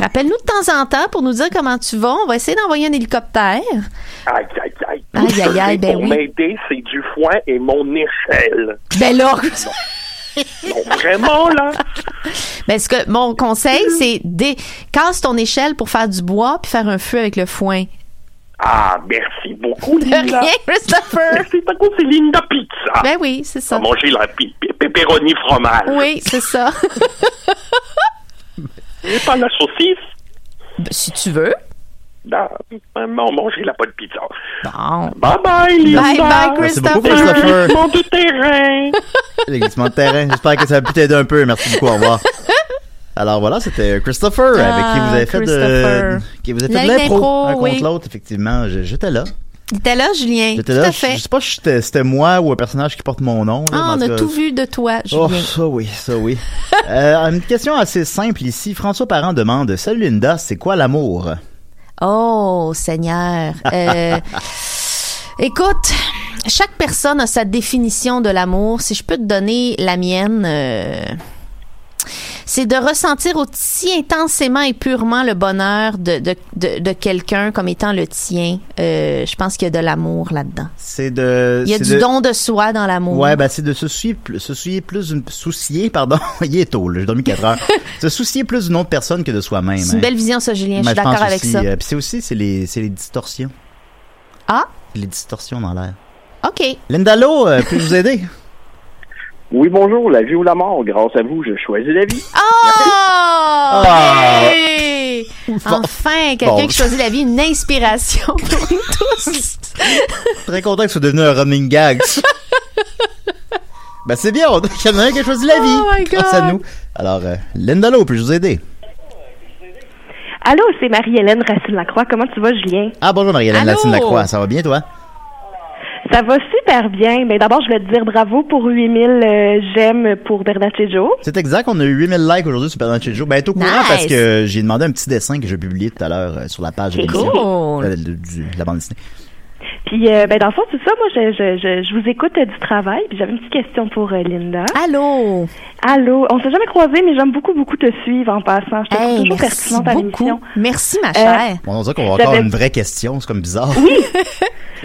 [SPEAKER 6] rappelle-nous de temps en temps pour nous dire comment tu vas. On va essayer d'envoyer un hélicoptère.
[SPEAKER 7] Aïe, aïe, aïe. Tout
[SPEAKER 6] Aïe,
[SPEAKER 7] ce
[SPEAKER 6] aïe,
[SPEAKER 7] que
[SPEAKER 6] aïe,
[SPEAKER 7] j'ai
[SPEAKER 6] ben
[SPEAKER 7] pour
[SPEAKER 6] oui.
[SPEAKER 7] m'aider, c'est du foin et mon échelle.
[SPEAKER 6] Ben là, [laughs]
[SPEAKER 7] Non, vraiment, là.
[SPEAKER 6] ben ce que mon conseil, c'est dé- casse ton échelle pour faire du bois puis faire un feu avec le foin.
[SPEAKER 7] Ah, merci beaucoup,
[SPEAKER 6] De
[SPEAKER 7] Linda.
[SPEAKER 6] rien, Christopher.
[SPEAKER 7] Merci beaucoup, c'est Linda Pizza.
[SPEAKER 6] Ben oui, c'est
[SPEAKER 7] On
[SPEAKER 6] ça.
[SPEAKER 7] va manger la pi- pi- pepperoni fromage.
[SPEAKER 6] Oui, c'est ça.
[SPEAKER 7] Et pas la saucisse.
[SPEAKER 6] Ben, si tu veux.
[SPEAKER 7] Non, on mange la pas de pizza.
[SPEAKER 6] Bon.
[SPEAKER 7] Bye bye, Linda.
[SPEAKER 6] Bye bye,
[SPEAKER 5] Merci beaucoup,
[SPEAKER 6] Christopher.
[SPEAKER 5] Christopher.
[SPEAKER 7] Mon de terrain.
[SPEAKER 5] Les glissements de terrain. J'espère que ça a pu t'aider un peu. Merci beaucoup. Au
[SPEAKER 6] [laughs]
[SPEAKER 5] revoir. Alors voilà, c'était euh, Christopher avec qui vous avez fait de,
[SPEAKER 6] Ah, Christopher.
[SPEAKER 5] qui vous avez
[SPEAKER 6] La
[SPEAKER 5] fait de
[SPEAKER 6] ligne
[SPEAKER 5] l'impro
[SPEAKER 6] d'impro,
[SPEAKER 5] un contre
[SPEAKER 6] oui.
[SPEAKER 5] l'autre. Effectivement, Je- j'étais là.
[SPEAKER 6] Il était là, Julien.
[SPEAKER 5] J'étais
[SPEAKER 6] tout
[SPEAKER 5] là,
[SPEAKER 6] à
[SPEAKER 5] je,
[SPEAKER 6] fait.
[SPEAKER 5] je sais pas si c'était- c'était moi ou un personnage qui porte mon nom. là, mais
[SPEAKER 6] Ah,
[SPEAKER 5] en
[SPEAKER 6] on a
[SPEAKER 5] cas,
[SPEAKER 6] tout vu de toi,
[SPEAKER 5] Oh,
[SPEAKER 6] Julien.
[SPEAKER 5] ça oui,
[SPEAKER 6] [laughs]
[SPEAKER 5] ça oui. Euh, une question assez simple ici. François Parent demande Salut Linda, c'est quoi l'amour
[SPEAKER 6] Oh,
[SPEAKER 5] [laughs]
[SPEAKER 6] Seigneur. Euh, écoute, chaque personne a sa définition de l'amour. Si je peux te donner la mienne, euh, c'est de ressentir aussi intensément et purement le bonheur de, de, de, de quelqu'un comme étant le tien. Euh, je pense qu'il y a de l'amour là-dedans.
[SPEAKER 5] C'est de.
[SPEAKER 6] Il y a
[SPEAKER 5] c'est
[SPEAKER 6] du
[SPEAKER 5] de-
[SPEAKER 6] don de soi dans l'amour.
[SPEAKER 5] Ouais, ben c'est de se soucier, pl- se soucier plus d'une soucier, pardon, [laughs] il est tôt, là, j'ai dormi
[SPEAKER 6] [laughs]
[SPEAKER 5] 4 heures. se soucier plus d'une autre personne que de soi-même.
[SPEAKER 6] c'est une
[SPEAKER 5] hein.
[SPEAKER 6] belle vision, ça, Julien.
[SPEAKER 5] Ben,
[SPEAKER 6] je suis d'accord
[SPEAKER 5] pense
[SPEAKER 6] avec
[SPEAKER 5] aussi,
[SPEAKER 6] ça.
[SPEAKER 5] euh, Puis c'est aussi c'est les c'est les distorsions,
[SPEAKER 6] Ah,
[SPEAKER 5] les distorsions dans l'air.
[SPEAKER 6] OK.
[SPEAKER 5] Linda Lowe, euh,
[SPEAKER 6] [laughs]
[SPEAKER 5] puis-je vous aider
[SPEAKER 9] Oui, bonjour, la vie ou la mort. Grâce à vous, je choisis la vie.
[SPEAKER 6] Oh!
[SPEAKER 9] Ah!
[SPEAKER 6] Hey! Enfin, quelqu'un
[SPEAKER 5] Bon.
[SPEAKER 6] qui choisit la vie, une inspiration pour nous tous.
[SPEAKER 5] Très content que ce soit devenu un
[SPEAKER 6] [laughs]
[SPEAKER 5] running gag. ben c'est bien, on il y en a un qui a choisi la
[SPEAKER 6] Oh
[SPEAKER 5] vie.
[SPEAKER 10] my
[SPEAKER 5] grâce à
[SPEAKER 10] God.
[SPEAKER 5] nous. Alors euh, Linda Lowe, puis-je vous aider
[SPEAKER 10] Allô, c'est Marie-Hélène Racine-Lacroix. Comment tu vas, Julien?
[SPEAKER 5] Ah bonjour Marie-Hélène
[SPEAKER 10] Allô?
[SPEAKER 5] Latine Lacroix, ça va bien toi
[SPEAKER 10] Ça va super bien. Ben, D'abord, je voulais te dire bravo pour 8000 euh, j'aime pour Bernatchez-Joe.
[SPEAKER 5] C'est exact, on a eu 8000 likes aujourd'hui sur Perdant Chez Joe. Ben, t'es au courant
[SPEAKER 10] Nice.
[SPEAKER 5] parce que j'ai demandé un petit dessin que j'ai publié tout à l'heure euh, sur la page de
[SPEAKER 10] C'est
[SPEAKER 5] l'émission.
[SPEAKER 10] cool.
[SPEAKER 5] Euh, de- du- de la bande dessinée.
[SPEAKER 10] Puis, euh, ben, dans le fond, c'est ça, moi, je, je, je, je vous écoute euh, du travail. Puis, j'avais une petite question pour euh, Linda.
[SPEAKER 6] Allô?
[SPEAKER 10] Allô? On s'est jamais croisés, mais j'aime beaucoup, beaucoup te suivre en passant. Je te trouve toujours pertinente à l'émission.
[SPEAKER 6] Merci, ma
[SPEAKER 10] chère.
[SPEAKER 5] Bon, on dirait qu'on va
[SPEAKER 10] J'avais-
[SPEAKER 5] encore une vraie question, c'est comme bizarre.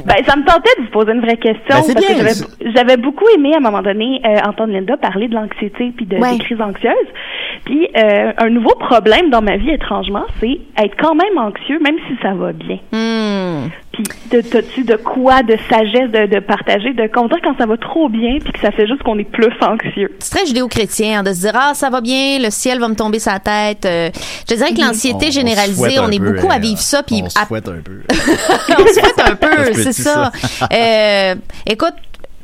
[SPEAKER 10] Ben, ça me tentait de vous poser une vraie question
[SPEAKER 5] Ben, c'est
[SPEAKER 10] parce
[SPEAKER 5] bien,
[SPEAKER 10] que
[SPEAKER 5] c'est-
[SPEAKER 10] j'avais, j'avais beaucoup aimé à un moment donné euh, entendre Linda parler de l'anxiété puis de
[SPEAKER 6] Ouais.
[SPEAKER 10] des crises anxieuses. Puis euh, un nouveau problème dans ma vie étrangement, c'est être quand même anxieux même si ça va bien.
[SPEAKER 6] Hmm.
[SPEAKER 10] Puis de- t'as-tu de quoi de sagesse de, de partager de qu'on dirait quand ça va trop bien puis que ça fait juste qu'on est plus anxieux.
[SPEAKER 6] C'est très judéo-chrétien hein, de se dire Ah, ça va bien, le ciel va me tomber sa tête. Euh, je dirais que l'anxiété
[SPEAKER 5] On- on
[SPEAKER 6] généralisée,
[SPEAKER 5] souhaite
[SPEAKER 6] on,
[SPEAKER 5] un
[SPEAKER 6] est
[SPEAKER 5] peu,
[SPEAKER 6] beaucoup à
[SPEAKER 5] hein,
[SPEAKER 6] vivre ça. Puis
[SPEAKER 5] on
[SPEAKER 6] à-
[SPEAKER 5] souhaite un
[SPEAKER 6] [laughs]
[SPEAKER 5] peu.
[SPEAKER 6] on se fouette un peu,
[SPEAKER 5] Ça se
[SPEAKER 6] c'est
[SPEAKER 5] peut-tu,
[SPEAKER 6] ça.
[SPEAKER 5] ça?
[SPEAKER 6] Euh, écoute.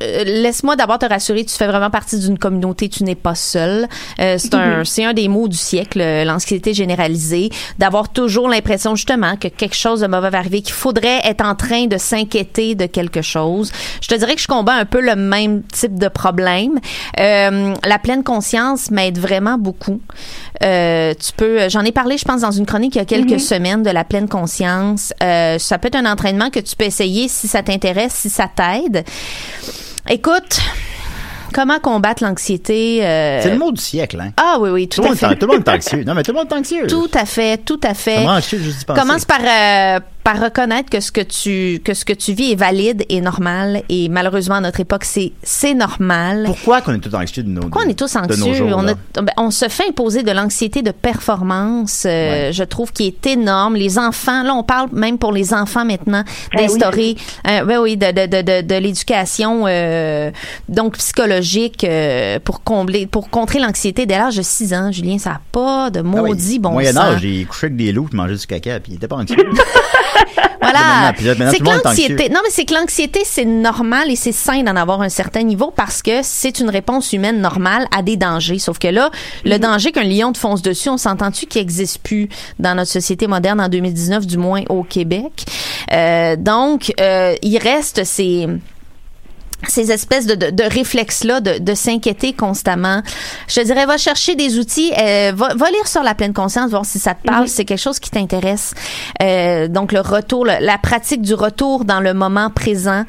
[SPEAKER 6] euh, Laisse-moi d'abord te rassurer, tu fais vraiment partie d'une communauté, tu n'es pas seul. Euh, c'est un,
[SPEAKER 3] Mhm.
[SPEAKER 6] c'est un des mots du siècle, euh, l'anxiété généralisée, d'avoir toujours l'impression justement que quelque chose de mauvais va arriver, qu'il faudrait être en train de s'inquiéter de quelque chose. Je te dirais que je combats un peu le même type de problème. Euh, la pleine conscience m'aide vraiment beaucoup. Euh, tu peux, j'en ai parlé, je pense, dans une chronique il y a quelques
[SPEAKER 3] Mhm.
[SPEAKER 6] semaines de la pleine conscience. Euh, ça peut être un entraînement que tu peux essayer si ça t'intéresse, si ça t'aide. Écoute, comment combattre l'anxiété euh,
[SPEAKER 5] C'est le mot du siècle, hein.
[SPEAKER 6] Ah oui, oui, tout,
[SPEAKER 5] Tout le
[SPEAKER 6] à
[SPEAKER 5] monde
[SPEAKER 6] fait.
[SPEAKER 5] est- tout le monde est anxieux. Non, mais tout le monde est anxieux.
[SPEAKER 6] Tout à fait, tout à fait.
[SPEAKER 5] Ça me rend anxieux juste d'y penser.
[SPEAKER 6] Commence par euh, par reconnaître que ce que tu que ce que tu vis est valide et normal et malheureusement à notre époque c'est c'est normal.
[SPEAKER 5] Pourquoi qu'on est tous anxieux de nos
[SPEAKER 6] Pourquoi on est tous
[SPEAKER 5] de nos
[SPEAKER 6] anxieux?
[SPEAKER 5] jours,
[SPEAKER 6] on,
[SPEAKER 5] là?
[SPEAKER 6] a- ben, on se fait imposer de l'anxiété de performance, euh, je trouve, qui est énorme. Les enfants, là, on parle même pour les enfants maintenant,
[SPEAKER 3] Ah oui.
[SPEAKER 6] d'instaurer, euh, ben oui, de, de, de, de, de l'éducation, euh, donc psychologique, euh, pour combler, pour contrer l'anxiété dès l'âge de 6 ans. Julien, ça n'a pas de
[SPEAKER 5] Ah oui.
[SPEAKER 6] maudit bon
[SPEAKER 5] Moyen
[SPEAKER 6] sens.
[SPEAKER 5] âge, j'ai couché avec des loups, puis mangé du caca, puis il était pas
[SPEAKER 6] [laughs]
[SPEAKER 5] anxieux.
[SPEAKER 6] Voilà.
[SPEAKER 5] Puis là, maintenant,
[SPEAKER 6] C'est
[SPEAKER 5] tout
[SPEAKER 6] que
[SPEAKER 5] le monde est
[SPEAKER 6] l'anxiété.
[SPEAKER 5] anxieux.
[SPEAKER 6] Non, mais c'est que l'anxiété, c'est normal et c'est sain d'en avoir un certain niveau parce que c'est une réponse humaine normale à des dangers. Sauf que là, le danger qu'un lion te fonce dessus, on s'entend-tu qu'il n'existe plus dans notre société moderne en 2019, du moins au Québec. Euh, donc, euh, il reste ces ces espèces de, de, de réflexes-là, de, de s'inquiéter constamment. Je te dirais, va chercher des outils, euh, va, va lire sur la pleine conscience, voir si ça te
[SPEAKER 3] Mhm.
[SPEAKER 6] parle, si c'est quelque chose qui t'intéresse. Euh, donc, le retour, le- la pratique du retour dans le moment présent.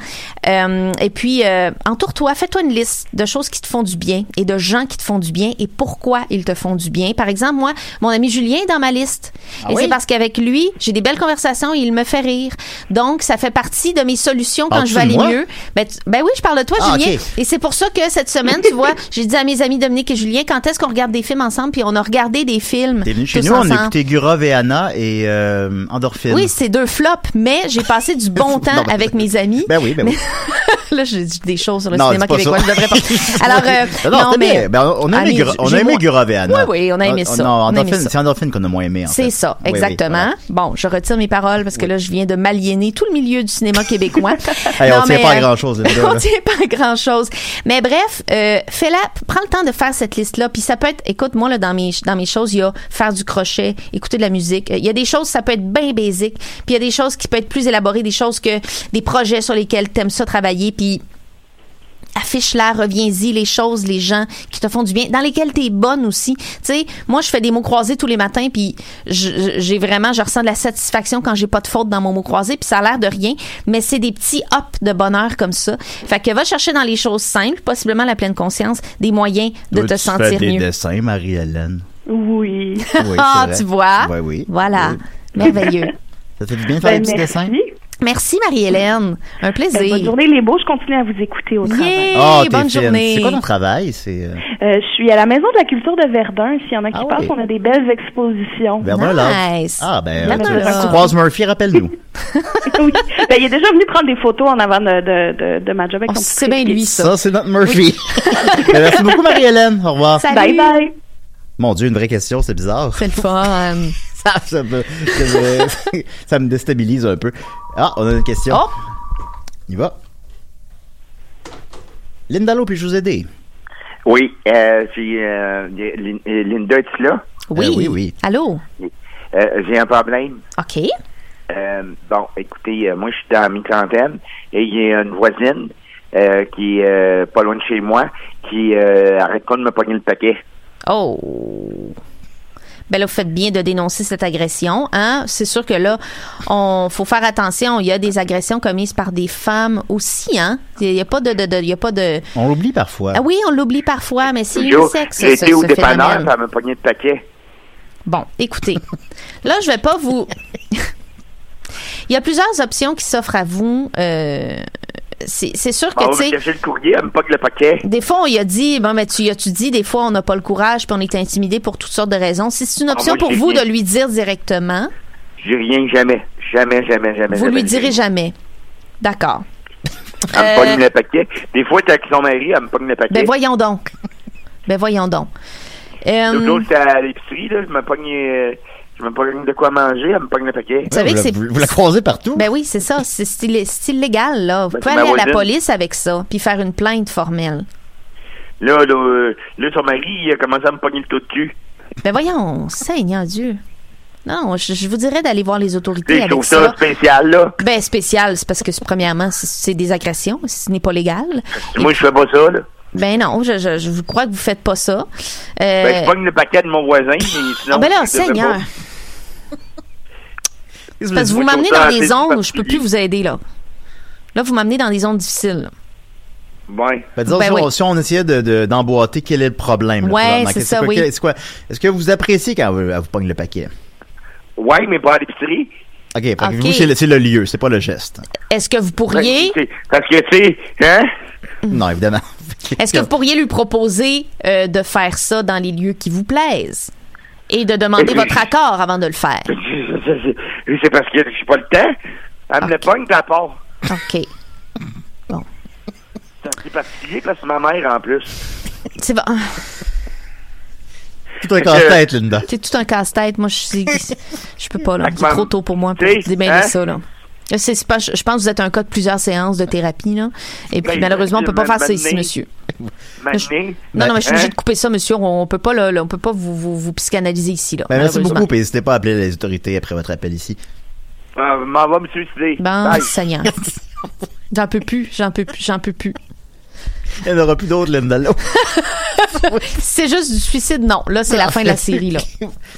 [SPEAKER 6] Euh, et puis, euh, entoure-toi, fais-toi une liste de choses qui te font du bien et de gens qui te font du bien et pourquoi ils te font du bien. Par exemple, moi, mon ami Julien est dans ma liste.
[SPEAKER 3] Ah
[SPEAKER 6] et
[SPEAKER 3] oui?
[SPEAKER 6] c'est parce qu'avec lui, j'ai des belles conversations et il me fait rire. Donc, ça fait partie de mes solutions quand
[SPEAKER 3] Parles-tu
[SPEAKER 6] je vais
[SPEAKER 3] de
[SPEAKER 6] aller
[SPEAKER 3] moi?
[SPEAKER 6] mieux. Ben, tu- ben oui, je parle de toi,
[SPEAKER 3] Ah,
[SPEAKER 6] Julien.
[SPEAKER 3] ok.
[SPEAKER 6] Et c'est pour ça que cette semaine, tu vois, j'ai dit à mes amis Dominique et Julien, quand est-ce qu'on regarde des films ensemble? Puis on a regardé des films.
[SPEAKER 5] T'es venu chez
[SPEAKER 6] tous
[SPEAKER 5] nous, on
[SPEAKER 6] ensemble.
[SPEAKER 5] a écouté Gurov et Anna et euh, Endorphine.
[SPEAKER 6] Oui, c'est deux flops, mais j'ai passé du bon temps
[SPEAKER 5] [laughs] Non, ben-
[SPEAKER 6] avec mes amis.
[SPEAKER 5] Ben oui, ben oui.
[SPEAKER 6] Là, j'ai dit des choses sur le
[SPEAKER 5] Non,
[SPEAKER 6] cinéma
[SPEAKER 5] dis pas
[SPEAKER 6] québécois.
[SPEAKER 5] ça.
[SPEAKER 6] Je
[SPEAKER 5] [laughs]
[SPEAKER 6] devrais pas. Alors, euh,
[SPEAKER 5] non,
[SPEAKER 6] non,
[SPEAKER 5] c'était
[SPEAKER 6] mais.
[SPEAKER 5] bien. Ben, on a aimé,
[SPEAKER 6] Allez,
[SPEAKER 5] Gro- on
[SPEAKER 6] j'ai
[SPEAKER 5] a aimé
[SPEAKER 6] moins-
[SPEAKER 5] Grovean.
[SPEAKER 6] Oui, oui, on a aimé ça.
[SPEAKER 5] Non,
[SPEAKER 6] On a aimé
[SPEAKER 5] Endorphine,
[SPEAKER 6] ça.
[SPEAKER 5] c'est Endorphine qu'on a moins aimé. en
[SPEAKER 6] C'est
[SPEAKER 5] fait.
[SPEAKER 6] ça,
[SPEAKER 5] Oui, oui,
[SPEAKER 6] exactement. Bon, je retire mes paroles parce que là, je viens de m'aliéner tout le milieu du cinéma québécois.
[SPEAKER 5] [laughs] Hey, on
[SPEAKER 6] Non,
[SPEAKER 5] tient
[SPEAKER 6] mais,
[SPEAKER 5] pas à
[SPEAKER 6] euh,
[SPEAKER 5] grand-chose, les deux,
[SPEAKER 6] On
[SPEAKER 5] là.
[SPEAKER 6] tient pas à grand-chose. Mais bref, euh, fais-la, prends le temps de faire cette liste-là. Puis ça peut être, écoute, moi, là, dans mes, dans mes choses, il y a faire du crochet, écouter de la musique. Euh, Il y a des choses, ça peut être bien basique. Puis il y a des choses qui peuvent être plus élaborées, des choses que, des projets sur lesquels t'aimes ça travailler. Puis affiche-la, reviens-y, les choses, les gens qui te font du bien, dans lesquels tu es bonne aussi. Tu sais, moi, je fais des mots croisés tous les matins, puis je- je- j'ai vraiment, je ressens de la satisfaction quand j'ai pas de faute dans mon mot croisé, puis ça a l'air de rien, mais c'est des petits hop de bonheur comme ça. Fait que va chercher dans les choses simples, possiblement la pleine conscience, des moyens de
[SPEAKER 5] Toi,
[SPEAKER 6] te
[SPEAKER 5] tu
[SPEAKER 6] sentir
[SPEAKER 5] fais des
[SPEAKER 6] mieux.
[SPEAKER 5] dessins, Marie-Hélène.
[SPEAKER 3] Oui.
[SPEAKER 5] Oui,
[SPEAKER 6] ah, tu
[SPEAKER 5] c'est vrai.
[SPEAKER 6] vois?
[SPEAKER 5] Oui, oui.
[SPEAKER 6] Voilà.
[SPEAKER 5] [laughs]
[SPEAKER 6] Merveilleux.
[SPEAKER 5] Ça te fait du bien de faire des petits dessins?
[SPEAKER 6] Merci, Marie-Hélène. Un plaisir.
[SPEAKER 3] Ben, bonne journée, les beaux. Je continue à vous écouter au travail.
[SPEAKER 5] Ah, t'es
[SPEAKER 6] bonne
[SPEAKER 5] fine.
[SPEAKER 6] journée.
[SPEAKER 5] C'est quoi ton travail? C'est euh,
[SPEAKER 3] Euh, je suis à la Maison de la Culture de Verdun. S'il y en a qui
[SPEAKER 5] oui.
[SPEAKER 3] passent, on a des belles expositions.
[SPEAKER 5] Verdun Lodge. Ah, ben, euh, tu croises
[SPEAKER 6] [laughs]
[SPEAKER 5] Murphy, rappelle-nous.
[SPEAKER 3] [laughs] oui. Ben, il est déjà venu prendre des photos en avant de, de, de, de ma job avec son petit criquet.
[SPEAKER 5] Ça, c'est notre Murphy. [laughs] Ben, merci beaucoup, Marie-Hélène. Au revoir.
[SPEAKER 3] Bye bye.
[SPEAKER 5] Mon Dieu, une vraie question, c'est bizarre. [laughs]
[SPEAKER 6] C'est le fun.
[SPEAKER 5] ça, ça me, ça me- [laughs] ça me déstabilise un peu. Ah, on a une question.
[SPEAKER 6] Oh,
[SPEAKER 5] Il va. Lindalo, puis-je vous aider?
[SPEAKER 7] Oui, euh, j'ai, euh, Lin- euh, Linda, est là?
[SPEAKER 5] Oui. Euh, oui, oui.
[SPEAKER 6] Allô?
[SPEAKER 7] Euh, j'ai un problème.
[SPEAKER 6] OK.
[SPEAKER 7] Euh, bon, écoutez, euh, moi, je suis dans la mi-trentaine et il y a une voisine euh, qui est euh, pas loin de chez moi qui euh, arrête pas de me pogner le paquet.
[SPEAKER 6] Oh. Ben là, vous faites bien de dénoncer cette agression. Hein? C'est sûr que là, on faut faire attention. Il y a des agressions commises par des femmes aussi. Hein? Il n'y a pas de, de, de- il y a pas de.
[SPEAKER 5] On l'oublie parfois.
[SPEAKER 6] Ah oui, on l'oublie parfois, mais c'est
[SPEAKER 7] Toujours,
[SPEAKER 6] unisexe.
[SPEAKER 7] J'ai
[SPEAKER 6] ce-
[SPEAKER 7] été au
[SPEAKER 6] ce
[SPEAKER 7] dépanneur,
[SPEAKER 6] phénomène.
[SPEAKER 7] puis elle m'a pogné le paquet.
[SPEAKER 6] Bon, écoutez, là, je vais pas vous. [laughs] Il y a plusieurs options qui s'offrent à vous. Euh, c'est c'est sûr que
[SPEAKER 7] Bon, on
[SPEAKER 6] tu
[SPEAKER 7] va
[SPEAKER 6] sais.
[SPEAKER 7] chercher le courrier, elle me pogne le paquet.
[SPEAKER 6] Des fois, on y a dit, bon, mais tu y as-tu dit, des fois, on n'a pas le courage, puis on est intimidé pour toutes sortes de raisons. Si c'est une
[SPEAKER 7] Ah,
[SPEAKER 6] option
[SPEAKER 7] moi,
[SPEAKER 6] pour
[SPEAKER 7] j'ai
[SPEAKER 6] vous
[SPEAKER 7] dit-
[SPEAKER 6] de lui dire directement,
[SPEAKER 7] J'ai rien, jamais. Jamais, jamais, jamais.
[SPEAKER 6] vous
[SPEAKER 7] jamais,
[SPEAKER 6] lui
[SPEAKER 7] jamais.
[SPEAKER 6] direz jamais. D'accord.
[SPEAKER 7] Elle me
[SPEAKER 6] Euh,
[SPEAKER 7] pogne le paquet. Des fois, t'es avec son mari, elle me pogne le paquet.
[SPEAKER 6] Ben voyons donc. Ben voyons donc. Euh,
[SPEAKER 7] L'autre jour, j'étais à l'épicerie, là, je me pogne, euh, je me pogne de quoi manger, elle me pogne le paquet.
[SPEAKER 6] Vous savez que c'est- Vous la
[SPEAKER 5] croisez partout?
[SPEAKER 6] ben oui, c'est ça. C'est c'est illé- c'est illégal, là. Vous
[SPEAKER 7] Ben,
[SPEAKER 6] pouvez
[SPEAKER 7] c'est ma
[SPEAKER 6] aller à la
[SPEAKER 7] voisine.
[SPEAKER 6] police avec ça, puis faire une plainte formelle.
[SPEAKER 7] Là, là, euh, là, son mari, il a commencé à me pogner le taux de cul.
[SPEAKER 6] Ben voyons, Seigneur Dieu. Non, je, je vous dirais d'aller voir les autorités
[SPEAKER 7] Des je
[SPEAKER 6] avec
[SPEAKER 7] trouve
[SPEAKER 6] ça.
[SPEAKER 7] ça spécial, là.
[SPEAKER 6] Ben spécial, c'est parce que c'est- premièrement, c'est- c'est des agressions, ce n'est pas légal.
[SPEAKER 7] Moi, je fais pas ça, là.
[SPEAKER 6] Ben non, je, je, je vous crois que vous faites pas ça. Euh,
[SPEAKER 7] Ben, je pogne le paquet de mon voisin, mais sinon...
[SPEAKER 6] ah ben là,
[SPEAKER 7] je devrais
[SPEAKER 6] Seigneur.
[SPEAKER 7] [laughs] pas.
[SPEAKER 6] C'est parce que vous
[SPEAKER 7] Moi, je
[SPEAKER 6] m'amenez
[SPEAKER 7] trouve ça
[SPEAKER 6] dans des
[SPEAKER 7] assez
[SPEAKER 6] zones où je peux plus vous aider là. Là, vous m'amenez dans des zones difficiles.
[SPEAKER 7] Ouais.
[SPEAKER 5] Ben, disons,
[SPEAKER 6] Ben
[SPEAKER 5] si, on,
[SPEAKER 6] oui.
[SPEAKER 5] si on essayait de- de- d'emboîter, quel est le problème? là,
[SPEAKER 6] Ouais,
[SPEAKER 5] présentement?
[SPEAKER 6] c'est
[SPEAKER 5] Qu'est-ce-
[SPEAKER 6] ça,
[SPEAKER 5] quoi-
[SPEAKER 6] oui.
[SPEAKER 5] qu'est- c'est quoi? Est-ce que vous appréciez quand elle, elle vous pogne le paquet?
[SPEAKER 7] Ouais, mais pas à l'épicerie.
[SPEAKER 5] OK, fait que
[SPEAKER 6] Ok.
[SPEAKER 5] vous, c'est le, c'est le lieu, c'est pas le geste.
[SPEAKER 6] Est-ce que vous
[SPEAKER 7] Ben,
[SPEAKER 6] pourriez
[SPEAKER 7] c'est- Parce que, tu sais, hein? [laughs]
[SPEAKER 5] Non, évidemment.
[SPEAKER 6] Mm.
[SPEAKER 5] [laughs]
[SPEAKER 6] est-ce que vous pourriez lui proposer euh, de faire ça dans les lieux qui vous plaisent et de demander
[SPEAKER 7] Ben,
[SPEAKER 6] votre accord avant de le faire?
[SPEAKER 7] C'est parce que j'ai pas le temps. Elle me le pogne, de la part.
[SPEAKER 6] OK.
[SPEAKER 7] C'est un petit particulier, parce que c'est ma mère, en plus.
[SPEAKER 6] C'est bon.
[SPEAKER 5] Tout un casse-tête, Linda. Ben,
[SPEAKER 6] C'est tout un casse-tête. Moi, je suis, je peux pas là.
[SPEAKER 5] Fait que
[SPEAKER 6] C'est
[SPEAKER 5] ma-
[SPEAKER 6] trop tôt pour moi pour
[SPEAKER 7] T'sais,
[SPEAKER 6] démêler
[SPEAKER 7] hein?
[SPEAKER 6] ça là. Là, c'est- c'est pas- je je pense que vous êtes un cas de plusieurs séances de thérapie là. Et puis
[SPEAKER 7] Ben,
[SPEAKER 6] malheureusement, on peut pas
[SPEAKER 7] ma-
[SPEAKER 6] faire ça ici,
[SPEAKER 7] m'amener-
[SPEAKER 6] monsieur.
[SPEAKER 7] M'amener.
[SPEAKER 6] Non, non, mais je suis
[SPEAKER 7] Hein?
[SPEAKER 6] obligée de couper ça, monsieur. On, on peut pas là, là, on peut pas vous, vous, vous psychanalyser ici là.
[SPEAKER 5] Ben, merci
[SPEAKER 6] malheureusement.
[SPEAKER 5] beaucoup, puis n'hésitez pas à appeler les autorités après votre appel ici.
[SPEAKER 7] Euh, m'en va me suicider.
[SPEAKER 6] Bon,
[SPEAKER 7] Bye. [laughs]
[SPEAKER 6] Seigneur. J'en peux plus, j'en peux plus, j'en peux plus.
[SPEAKER 5] Il n'y en aura plus d'autres, Linda. Lowe.
[SPEAKER 6] c'est juste du suicide, non. Là, c'est
[SPEAKER 5] [laughs]
[SPEAKER 6] la fin de la série, là.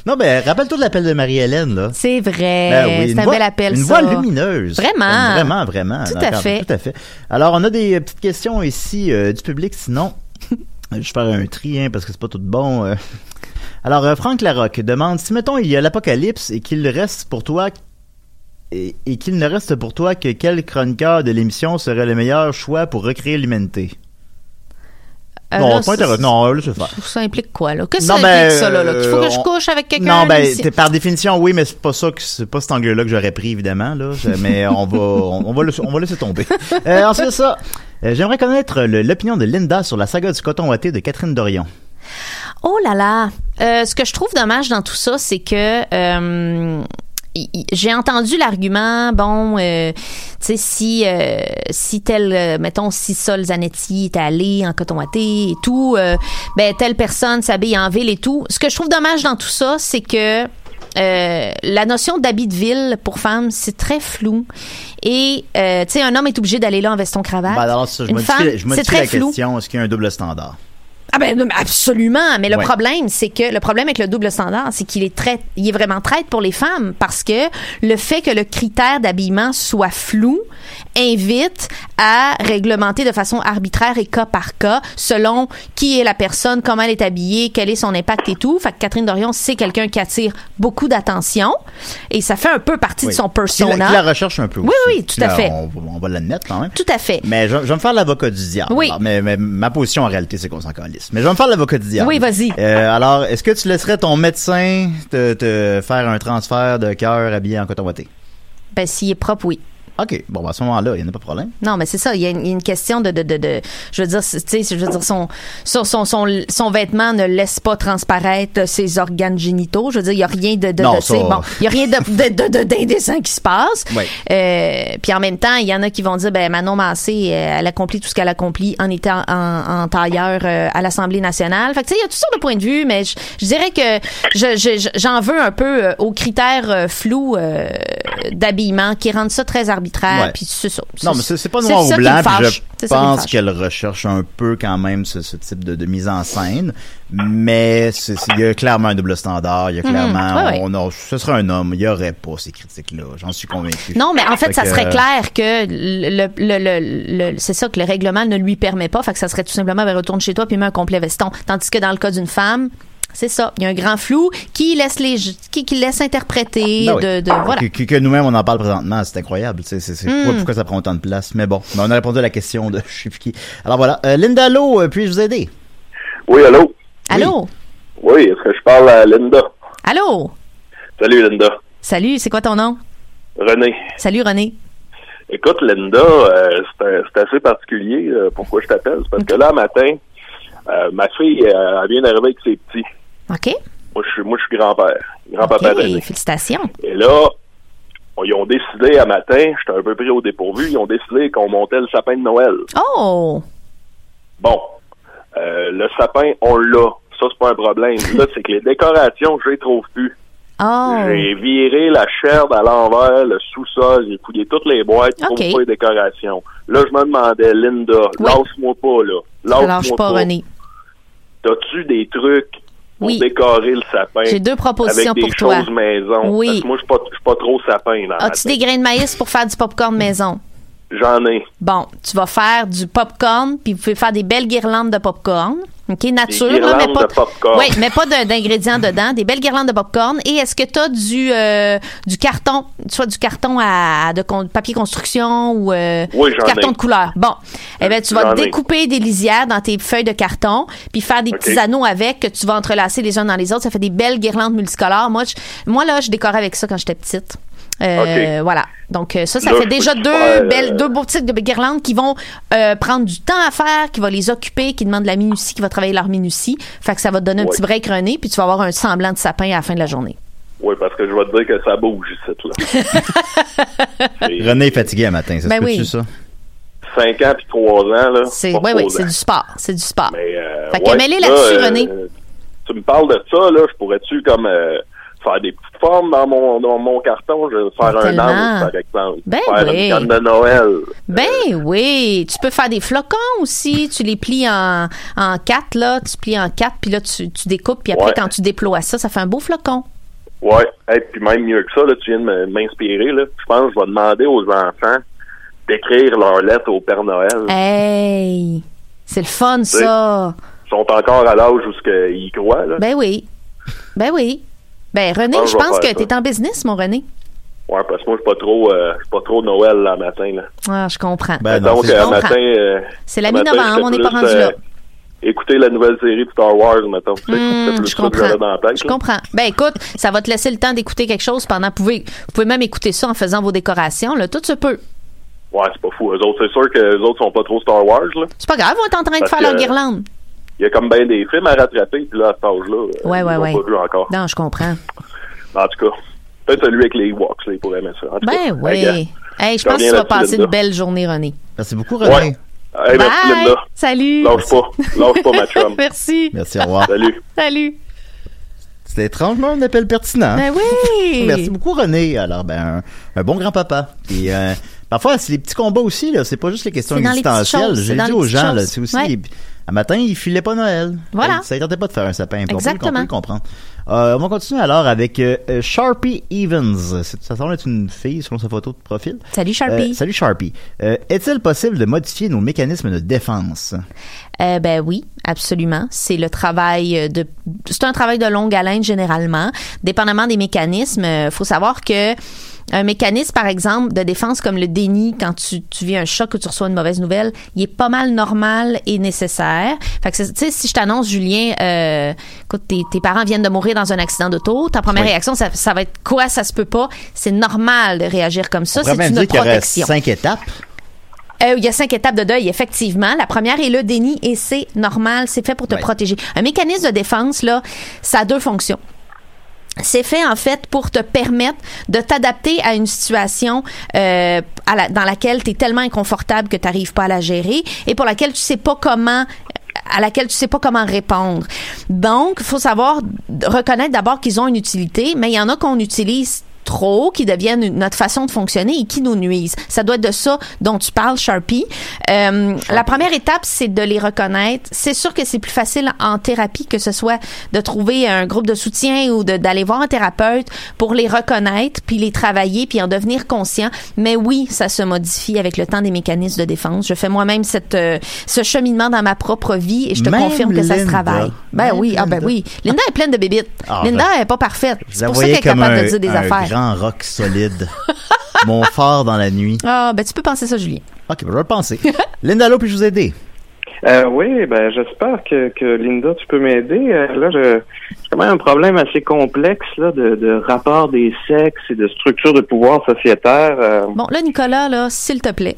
[SPEAKER 5] Non, ben, rappelle-toi de l'appel de Marie-Hélène, là.
[SPEAKER 6] C'est vrai.
[SPEAKER 5] Ben oui,
[SPEAKER 6] Euh, c'est
[SPEAKER 5] une
[SPEAKER 6] un
[SPEAKER 5] voix-
[SPEAKER 6] bel appel,
[SPEAKER 5] Une
[SPEAKER 6] ça.
[SPEAKER 5] voix lumineuse.
[SPEAKER 6] Vraiment.
[SPEAKER 5] Vraiment, vraiment.
[SPEAKER 6] Tout
[SPEAKER 5] Non,
[SPEAKER 6] à
[SPEAKER 5] quand-
[SPEAKER 6] fait.
[SPEAKER 5] Tout à fait. Alors, on a des euh, petites questions ici euh, du public,
[SPEAKER 6] [laughs]
[SPEAKER 5] sinon, je vais faire un tri, hein, parce que c'est pas tout bon. euh. Alors, euh, Franck Larocque demande, si, mettons, il y a l'apocalypse et qu'il reste pour toi... Et, et qu'il ne reste pour toi que quel chroniqueur de l'émission serait le meilleur choix pour recréer l'humanité?
[SPEAKER 6] Euh,
[SPEAKER 5] non,
[SPEAKER 6] là,
[SPEAKER 5] c'est pas
[SPEAKER 6] ça-
[SPEAKER 5] intéressant. Non, là, je vais faire.
[SPEAKER 6] Ça implique quoi, là? Qu'est-ce que
[SPEAKER 5] Non,
[SPEAKER 6] ça
[SPEAKER 5] ben,
[SPEAKER 6] implique, ça, là? là? Qu'il faut que je
[SPEAKER 5] euh,
[SPEAKER 6] couche avec quelqu'un?
[SPEAKER 5] Non, ben,
[SPEAKER 6] ici?
[SPEAKER 5] t'es- par définition, oui, mais c'est pas ça que c'est pas
[SPEAKER 6] [laughs]
[SPEAKER 5] cet angle-là que j'aurais pris, évidemment, là. Je- Mais on va, on, on va le, on va laisser tomber. Euh, ensuite de ça, Euh, J'aimerais connaître le- l'opinion de Linda sur la saga du coton ouaté de Catherine Dorion.
[SPEAKER 6] Oh là là! Euh, ce que je trouve dommage dans tout ça, c'est que euh, y- y- j'ai entendu l'argument, bon, euh, tu sais, si, euh, si tel, euh, mettons, si Sol Zanetti est allé en coton ouaté et tout, euh, ben, telle personne s'habille en ville et tout. Ce que je trouve dommage dans tout ça, c'est que euh, la notion d'habit de ville pour femmes, c'est très flou. Et, euh, tu sais, un homme est obligé d'aller là en veston-cravate.
[SPEAKER 5] Ben, alors, ça, je
[SPEAKER 6] Bah, Une femme,
[SPEAKER 5] modifie, je modifie
[SPEAKER 6] c'est très
[SPEAKER 5] la
[SPEAKER 6] flou.
[SPEAKER 5] question. Est-ce qu'il y a un double standard?
[SPEAKER 6] Ah ben non, mais absolument, mais le
[SPEAKER 5] Ouais.
[SPEAKER 6] problème c'est que le problème avec le double standard, c'est qu'il est très il est vraiment traite pour les femmes parce que le fait que le critère d'habillement soit flou invite à réglementer de façon arbitraire et cas par cas selon qui est la personne, comment elle est habillée, quel est son impact et tout. Fait que Catherine Dorion, c'est quelqu'un qui attire beaucoup d'attention et ça fait un peu partie
[SPEAKER 5] Oui.
[SPEAKER 6] de son
[SPEAKER 5] Qui la,
[SPEAKER 6] persona.
[SPEAKER 5] qui la recherche un peu
[SPEAKER 6] Oui,
[SPEAKER 5] aussi.
[SPEAKER 6] oui, tout
[SPEAKER 5] Qui la-
[SPEAKER 6] à fait.
[SPEAKER 5] On, va- on va l'admettre quand même.
[SPEAKER 6] Tout à fait.
[SPEAKER 5] Mais je, je vais me faire l'avocat du diable.
[SPEAKER 6] Oui.
[SPEAKER 5] Alors, mais, mais ma position en réalité, c'est qu'on s'en calisse. Mais je vais me faire l'avocat du diable.
[SPEAKER 6] Oui, vas-y.
[SPEAKER 5] Euh, alors, est-ce que tu laisserais ton médecin te, te faire un transfert de cœur habillé en coton ouaté?
[SPEAKER 6] Ben s'il est propre, oui.
[SPEAKER 5] OK. Bon, ben, à ce moment-là, il n'y en a pas de problème.
[SPEAKER 6] Non, mais c'est ça. Il y, a une, il y a une question de, de, de, de- je veux dire, c'est- tu sais, je veux dire, son, son, son, son, son vêtement ne laisse pas transparaître ses organes génitaux. Je veux dire, il y a rien de, de,
[SPEAKER 8] Non,
[SPEAKER 6] de-
[SPEAKER 8] ça-
[SPEAKER 6] c'est bon, il y a rien de, de, de, de- d'indécent qui se passe.
[SPEAKER 8] Ouais.
[SPEAKER 6] Euh, puis en même temps, il y en a qui vont dire, ben Manon Massé, euh, elle accomplit tout ce qu'elle accomplit en étant en, en tailleur euh, à l'Assemblée nationale. Fait que tu sais, il y a toutes sortes de points de vue, mais je, je dirais que je, je- je- j'en veux un peu euh, aux critères euh, flous euh, d'habillement qui rendent ça très arbitraire.
[SPEAKER 5] Ouais.
[SPEAKER 6] Puis c'est ça.
[SPEAKER 5] Non, mais c'est c'est pas noir ou
[SPEAKER 6] ça qui me
[SPEAKER 5] blanc. puis
[SPEAKER 6] fâche.
[SPEAKER 5] Je
[SPEAKER 6] C'est ça qui me
[SPEAKER 5] pense
[SPEAKER 6] fâche.
[SPEAKER 5] qu'elle recherche un peu quand même ce, ce type de, de mise en scène. Mais c'est- c'est- il y a clairement un double standard. Il y a
[SPEAKER 6] Mhm.
[SPEAKER 5] clairement.
[SPEAKER 6] Ouais, ouais.
[SPEAKER 5] on- on- ce serait un homme. Il n'y aurait pas ces critiques-là. J'en suis convaincu.
[SPEAKER 6] Non, mais en fait, ça
[SPEAKER 5] que-
[SPEAKER 6] serait clair que le, le- le- le- c'est ça que le règlement ne lui permet pas. Fait que ça serait tout simplement, ben, retourne chez toi puis mets un complet veston. Tandis que dans le cas d'une femme, c'est ça. Il y a un grand flou qui laisse les, qui, qui laisse interpréter
[SPEAKER 5] Ben oui.
[SPEAKER 6] de, de- voilà.
[SPEAKER 5] Que, que- que nous-mêmes, on en parle présentement, c'est incroyable. tu sais, C'est, c'est,
[SPEAKER 6] Mm.
[SPEAKER 5] pourquoi, pourquoi ça prend autant de place? Mais bon, ben, on a répondu à la question de [laughs] je sais plus qui. Alors voilà. Euh, Linda Lowe, euh, puis-je vous aider?
[SPEAKER 7] Oui, allô?
[SPEAKER 6] Allô?
[SPEAKER 7] Oui, est-ce que je parle à Linda?
[SPEAKER 6] Allô?
[SPEAKER 7] Salut, Linda.
[SPEAKER 6] Salut, c'est quoi ton nom?
[SPEAKER 7] René.
[SPEAKER 6] Salut René.
[SPEAKER 7] Écoute, Linda, euh, c'est un- c'est assez particulier euh, pourquoi je t'appelle. C'est parce que là, matin, euh, ma fille, euh, elle vient d'arriver avec ses petits.
[SPEAKER 6] OK?
[SPEAKER 7] Moi, je suis, moi, je suis grand-père. Grand-papa
[SPEAKER 6] OK,
[SPEAKER 7] d'année.
[SPEAKER 6] Félicitations.
[SPEAKER 7] Et là, on- ils ont décidé à matin, j'étais un peu pris au dépourvu, ils ont décidé qu'on montait le sapin de Noël.
[SPEAKER 6] Oh!
[SPEAKER 7] Bon, euh, le sapin, on l'a. Ça, c'est pas un
[SPEAKER 6] [laughs]
[SPEAKER 7] problème. Là, c'est que les décorations, je les trouve plus.
[SPEAKER 6] Oh!
[SPEAKER 7] J'ai viré la chair à l'envers, le sous-sol, j'ai fouillé toutes les boîtes, je trouve
[SPEAKER 6] Ok.
[SPEAKER 7] pas les décorations. Là, je me demandais, Linda, lâche-moi pas, là. Lâche-moi
[SPEAKER 6] Alors, je pas René.
[SPEAKER 7] T'as-tu des trucs pour
[SPEAKER 6] Oui.
[SPEAKER 7] décorer le sapin?
[SPEAKER 6] J'ai deux propositions
[SPEAKER 7] avec des
[SPEAKER 6] pour toi.
[SPEAKER 7] choses maison.
[SPEAKER 6] Oui.
[SPEAKER 7] Parce que moi, je suis pas, je suis pas trop sapin. dans la
[SPEAKER 6] As-tu des grains de maïs pour faire du popcorn maison?
[SPEAKER 7] J'en ai.
[SPEAKER 6] Bon, tu vas faire du popcorn, puis vous pouvez faire des belles guirlandes de popcorn. OK, nature, là, mais
[SPEAKER 7] guirlandes
[SPEAKER 6] pas.
[SPEAKER 7] de popcorn.
[SPEAKER 6] Oui, mais pas d'un- d'ingrédients dedans, des belles guirlandes de popcorn. Et est-ce que tu as du, euh, du carton, soit du carton à, à de con- papier construction ou euh,
[SPEAKER 8] Oui,
[SPEAKER 6] du
[SPEAKER 8] j'en ai.
[SPEAKER 6] carton de couleur? Bon, eh ben tu vas
[SPEAKER 8] J'en ai.
[SPEAKER 6] découper des lisières dans tes feuilles de carton, puis faire des petits anneaux avec que tu vas entrelacer les uns dans les autres. Ça fait des belles guirlandes multicolores. Moi, je- moi là, je décorais avec ça quand j'étais petite. Euh,
[SPEAKER 8] OK.
[SPEAKER 6] Voilà. Donc, euh, ça, ça
[SPEAKER 8] Là,
[SPEAKER 6] fait
[SPEAKER 8] je
[SPEAKER 6] déjà
[SPEAKER 8] peux
[SPEAKER 6] deux
[SPEAKER 8] faire, euh,
[SPEAKER 6] belles, deux beaux types de guirlandes qui vont euh, prendre du temps à faire, qui va les occuper, qui demandent de la minutie, qui va travailler leur minutie. Fait que ça va te donner un
[SPEAKER 7] Ouais.
[SPEAKER 6] petit break René, puis tu vas avoir un semblant de sapin à la fin de la journée.
[SPEAKER 7] Oui, parce que je vais te dire que ça bouge ici, là.
[SPEAKER 5] René est fatigué un matin. Ça
[SPEAKER 6] Ben
[SPEAKER 5] se peut-tu,
[SPEAKER 6] oui.
[SPEAKER 5] ça?
[SPEAKER 7] 5 ans puis 3 ans, là.
[SPEAKER 6] C'est
[SPEAKER 7] pas
[SPEAKER 6] ouais, ouais,
[SPEAKER 7] trois
[SPEAKER 6] c'est
[SPEAKER 7] ans.
[SPEAKER 6] du sport, c'est du sport.
[SPEAKER 7] Mais, euh,
[SPEAKER 6] Fait que
[SPEAKER 7] ouais,
[SPEAKER 6] mêlez
[SPEAKER 7] là,
[SPEAKER 6] là-dessus,
[SPEAKER 7] euh,
[SPEAKER 6] René.
[SPEAKER 7] Tu me parles de ça, là, je pourrais-tu comme euh, faire des petites formes dans mon, dans mon carton? Je vais faire
[SPEAKER 6] Tellement.
[SPEAKER 7] un ange, par exemple.
[SPEAKER 6] Ben
[SPEAKER 7] faire
[SPEAKER 6] oui.
[SPEAKER 7] une canne de Noël.
[SPEAKER 6] Ben oui, tu peux faire des flocons aussi, tu les plies en, en quatre là, tu plies en quatre, puis là tu, tu découpes, puis après
[SPEAKER 7] Ouais.
[SPEAKER 6] quand tu déploies ça, ça fait un beau flocon.
[SPEAKER 7] Ouais. Et puis même mieux que ça, là, tu viens de me- m'inspirer. là. Je pense que je vais demander aux enfants d'écrire leur lettre au Père Noël.
[SPEAKER 6] Hey, c'est le fun ça.
[SPEAKER 7] Ils sont encore à l'âge où ce que ils croient. Là.
[SPEAKER 6] Ben oui. Ben oui. Ben René,
[SPEAKER 7] Ah, je
[SPEAKER 6] je
[SPEAKER 7] vais
[SPEAKER 6] pense que
[SPEAKER 7] faire
[SPEAKER 6] tu es
[SPEAKER 7] ça.
[SPEAKER 6] en business, mon René.
[SPEAKER 7] Ouais, parce que moi, je suis pas trop, euh, je suis pas trop Noël là matin. Là.
[SPEAKER 6] Ah, je comprends.
[SPEAKER 5] Ben,
[SPEAKER 7] Donc,
[SPEAKER 6] Je
[SPEAKER 7] euh,
[SPEAKER 6] comprends.
[SPEAKER 7] matin, euh,
[SPEAKER 6] C'est la
[SPEAKER 7] le matin,
[SPEAKER 6] mi-novembre, on
[SPEAKER 7] j'étais
[SPEAKER 6] n'est pas
[SPEAKER 7] plus,
[SPEAKER 6] rendu là.
[SPEAKER 7] euh, Écouter la nouvelle série de Star Wars, mettons. tu sais,
[SPEAKER 6] Hmm,
[SPEAKER 7] c'était plus
[SPEAKER 6] je
[SPEAKER 7] ça que j'avais dans la
[SPEAKER 6] comprends.
[SPEAKER 7] tête,
[SPEAKER 6] Je
[SPEAKER 7] là.
[SPEAKER 6] comprends. Ben écoute, ça va te laisser le temps d'écouter quelque chose pendant. Vous pouvez, vous pouvez même écouter ça en faisant vos décorations. Là. Tout se peut.
[SPEAKER 11] Ouais, c'est pas fou. Eux autres, c'est sûr que les autres sont pas trop Star Wars, là.
[SPEAKER 6] C'est pas grave, on est en train de
[SPEAKER 11] Parce
[SPEAKER 6] faire
[SPEAKER 11] que-
[SPEAKER 6] leur guirlande.
[SPEAKER 11] Il y a comme bien des films à rattraper, puis là, à cet âge-là, euh,
[SPEAKER 6] Ouais, ouais,
[SPEAKER 11] ils l'ont
[SPEAKER 6] ouais.
[SPEAKER 11] pas vu encore.
[SPEAKER 6] Non,
[SPEAKER 11] [laughs]
[SPEAKER 6] je comprends.
[SPEAKER 11] En tout cas, peut-être celui avec les Ewoks, là, il pourrait aimer ça. En tout cas,
[SPEAKER 6] Ben
[SPEAKER 11] regarde.
[SPEAKER 6] oui. Hey,
[SPEAKER 11] Je
[SPEAKER 6] je pense que tu
[SPEAKER 11] reviens
[SPEAKER 6] vas
[SPEAKER 11] là-dessus,
[SPEAKER 6] passer
[SPEAKER 11] Linda.
[SPEAKER 6] une belle journée, René.
[SPEAKER 5] Merci beaucoup,
[SPEAKER 11] Ouais.
[SPEAKER 5] René.
[SPEAKER 11] Hey, merci,
[SPEAKER 6] Bye.
[SPEAKER 11] Linda.
[SPEAKER 6] Salut.
[SPEAKER 11] Lâche pas. Lâche pas, ma
[SPEAKER 6] [laughs]
[SPEAKER 11] chum.
[SPEAKER 6] Merci.
[SPEAKER 5] Merci, au revoir.
[SPEAKER 11] Salut.
[SPEAKER 6] Salut.
[SPEAKER 5] C'était étrangement un appel pertinent. hein?
[SPEAKER 6] Ben oui.
[SPEAKER 5] Merci beaucoup, René. Alors, ben, un, un bon grand-papa. Puis, euh, [laughs] parfois, c'est les petits combats aussi, là. C'est pas juste les questions
[SPEAKER 6] C'est dans les petites
[SPEAKER 5] existentielles.
[SPEAKER 6] choses,
[SPEAKER 5] J'ai
[SPEAKER 6] c'est dans
[SPEAKER 5] dit
[SPEAKER 6] les
[SPEAKER 5] aux
[SPEAKER 6] petites
[SPEAKER 5] gens, là,
[SPEAKER 6] choses.
[SPEAKER 5] c'est aussi.
[SPEAKER 6] Ouais.
[SPEAKER 5] les- à matin, ils filaient pas Noël.
[SPEAKER 6] Voilà.
[SPEAKER 5] Ça ne tentait pas de faire un sapin. puis on peut le-
[SPEAKER 6] Exactement.
[SPEAKER 5] On peut le comprendre. Euh, on va continuer alors avec euh, euh, Sharpie Evans. C'est- Ça semble être une fille selon sa photo de profil.
[SPEAKER 6] Salut, Sharpie.
[SPEAKER 5] Euh, salut Sharpie. Euh, Est-il possible de modifier nos mécanismes de défense?
[SPEAKER 6] Euh, ben oui, absolument. C'est le travail euh, de, c'est un travail de longue haleine généralement. Dépendamment des mécanismes, euh, faut savoir que un mécanisme, par exemple, de défense comme le déni, quand tu, tu vis un choc ou tu reçois une mauvaise nouvelle, il est pas mal normal et nécessaire. Fait que, c'est- tu sais, si je t'annonce, Julien, euh, écoute, tes, tes parents viennent de mourir dans un accident d'auto, ta première
[SPEAKER 5] Oui.
[SPEAKER 6] réaction, ça, ça va être quoi? Ça se peut pas. C'est normal de réagir comme ça.
[SPEAKER 5] on pourrait
[SPEAKER 6] C'est
[SPEAKER 5] même
[SPEAKER 6] une
[SPEAKER 5] dire qu'il y aurait
[SPEAKER 6] protection.
[SPEAKER 5] cinq étapes.
[SPEAKER 6] Euh, il y a cinq étapes de deuil, effectivement. La première est le déni et c'est normal, c'est fait pour te protéger. Un mécanisme de défense, là, ça a deux fonctions. C'est fait en fait pour te permettre de t'adapter à une situation euh, à la- dans laquelle tu es tellement inconfortable que tu n'arrives pas à la gérer et pour laquelle tu sais pas comment à laquelle tu sais pas comment répondre. Donc, faut savoir reconnaître d'abord qu'ils ont une utilité, mais il y en a qu'on utilise trop, qui deviennent une- notre façon de fonctionner et qui nous nuisent. Ça doit être de ça dont tu parles, Sharpie. Euh, La première étape, c'est de les reconnaître. C'est sûr que c'est plus facile en thérapie que ce soit de trouver un groupe de soutien ou de- d'aller voir un thérapeute pour les reconnaître, puis les travailler, puis en devenir conscient. Mais oui, ça se modifie avec le temps des mécanismes de défense. Je fais moi-même cette, euh, ce cheminement dans ma propre vie et je te
[SPEAKER 5] Même
[SPEAKER 6] confirme que ça se
[SPEAKER 5] Linda.
[SPEAKER 6] travaille. Ben
[SPEAKER 5] Même
[SPEAKER 6] oui, ah ben
[SPEAKER 5] Linda.
[SPEAKER 6] oui. Linda est pleine de bébites.
[SPEAKER 5] Ah,
[SPEAKER 6] Linda
[SPEAKER 5] je-
[SPEAKER 6] est pas parfaite.
[SPEAKER 5] Je
[SPEAKER 6] C'est
[SPEAKER 5] la
[SPEAKER 6] pour ça qu'elle
[SPEAKER 5] voyais
[SPEAKER 6] est
[SPEAKER 5] comme
[SPEAKER 6] capable
[SPEAKER 5] un,
[SPEAKER 6] de dire des
[SPEAKER 5] un
[SPEAKER 6] affaires.
[SPEAKER 5] grand roc
[SPEAKER 6] [laughs]
[SPEAKER 5] solide. Mon phare dans la nuit.
[SPEAKER 6] Ah, ben tu peux penser ça, Julien.
[SPEAKER 5] OK, ben, je vais le penser. [laughs] Linda, allô, puis-je vous aider?
[SPEAKER 7] Euh, oui, ben j'espère que, que Linda, tu peux m'aider. Euh, là, je- j'ai quand même un problème assez complexe là, de, de rapport des sexes et de structure de pouvoir sociétaire. euh.
[SPEAKER 6] Bon, là, Nicolas, là, s'il te plaît.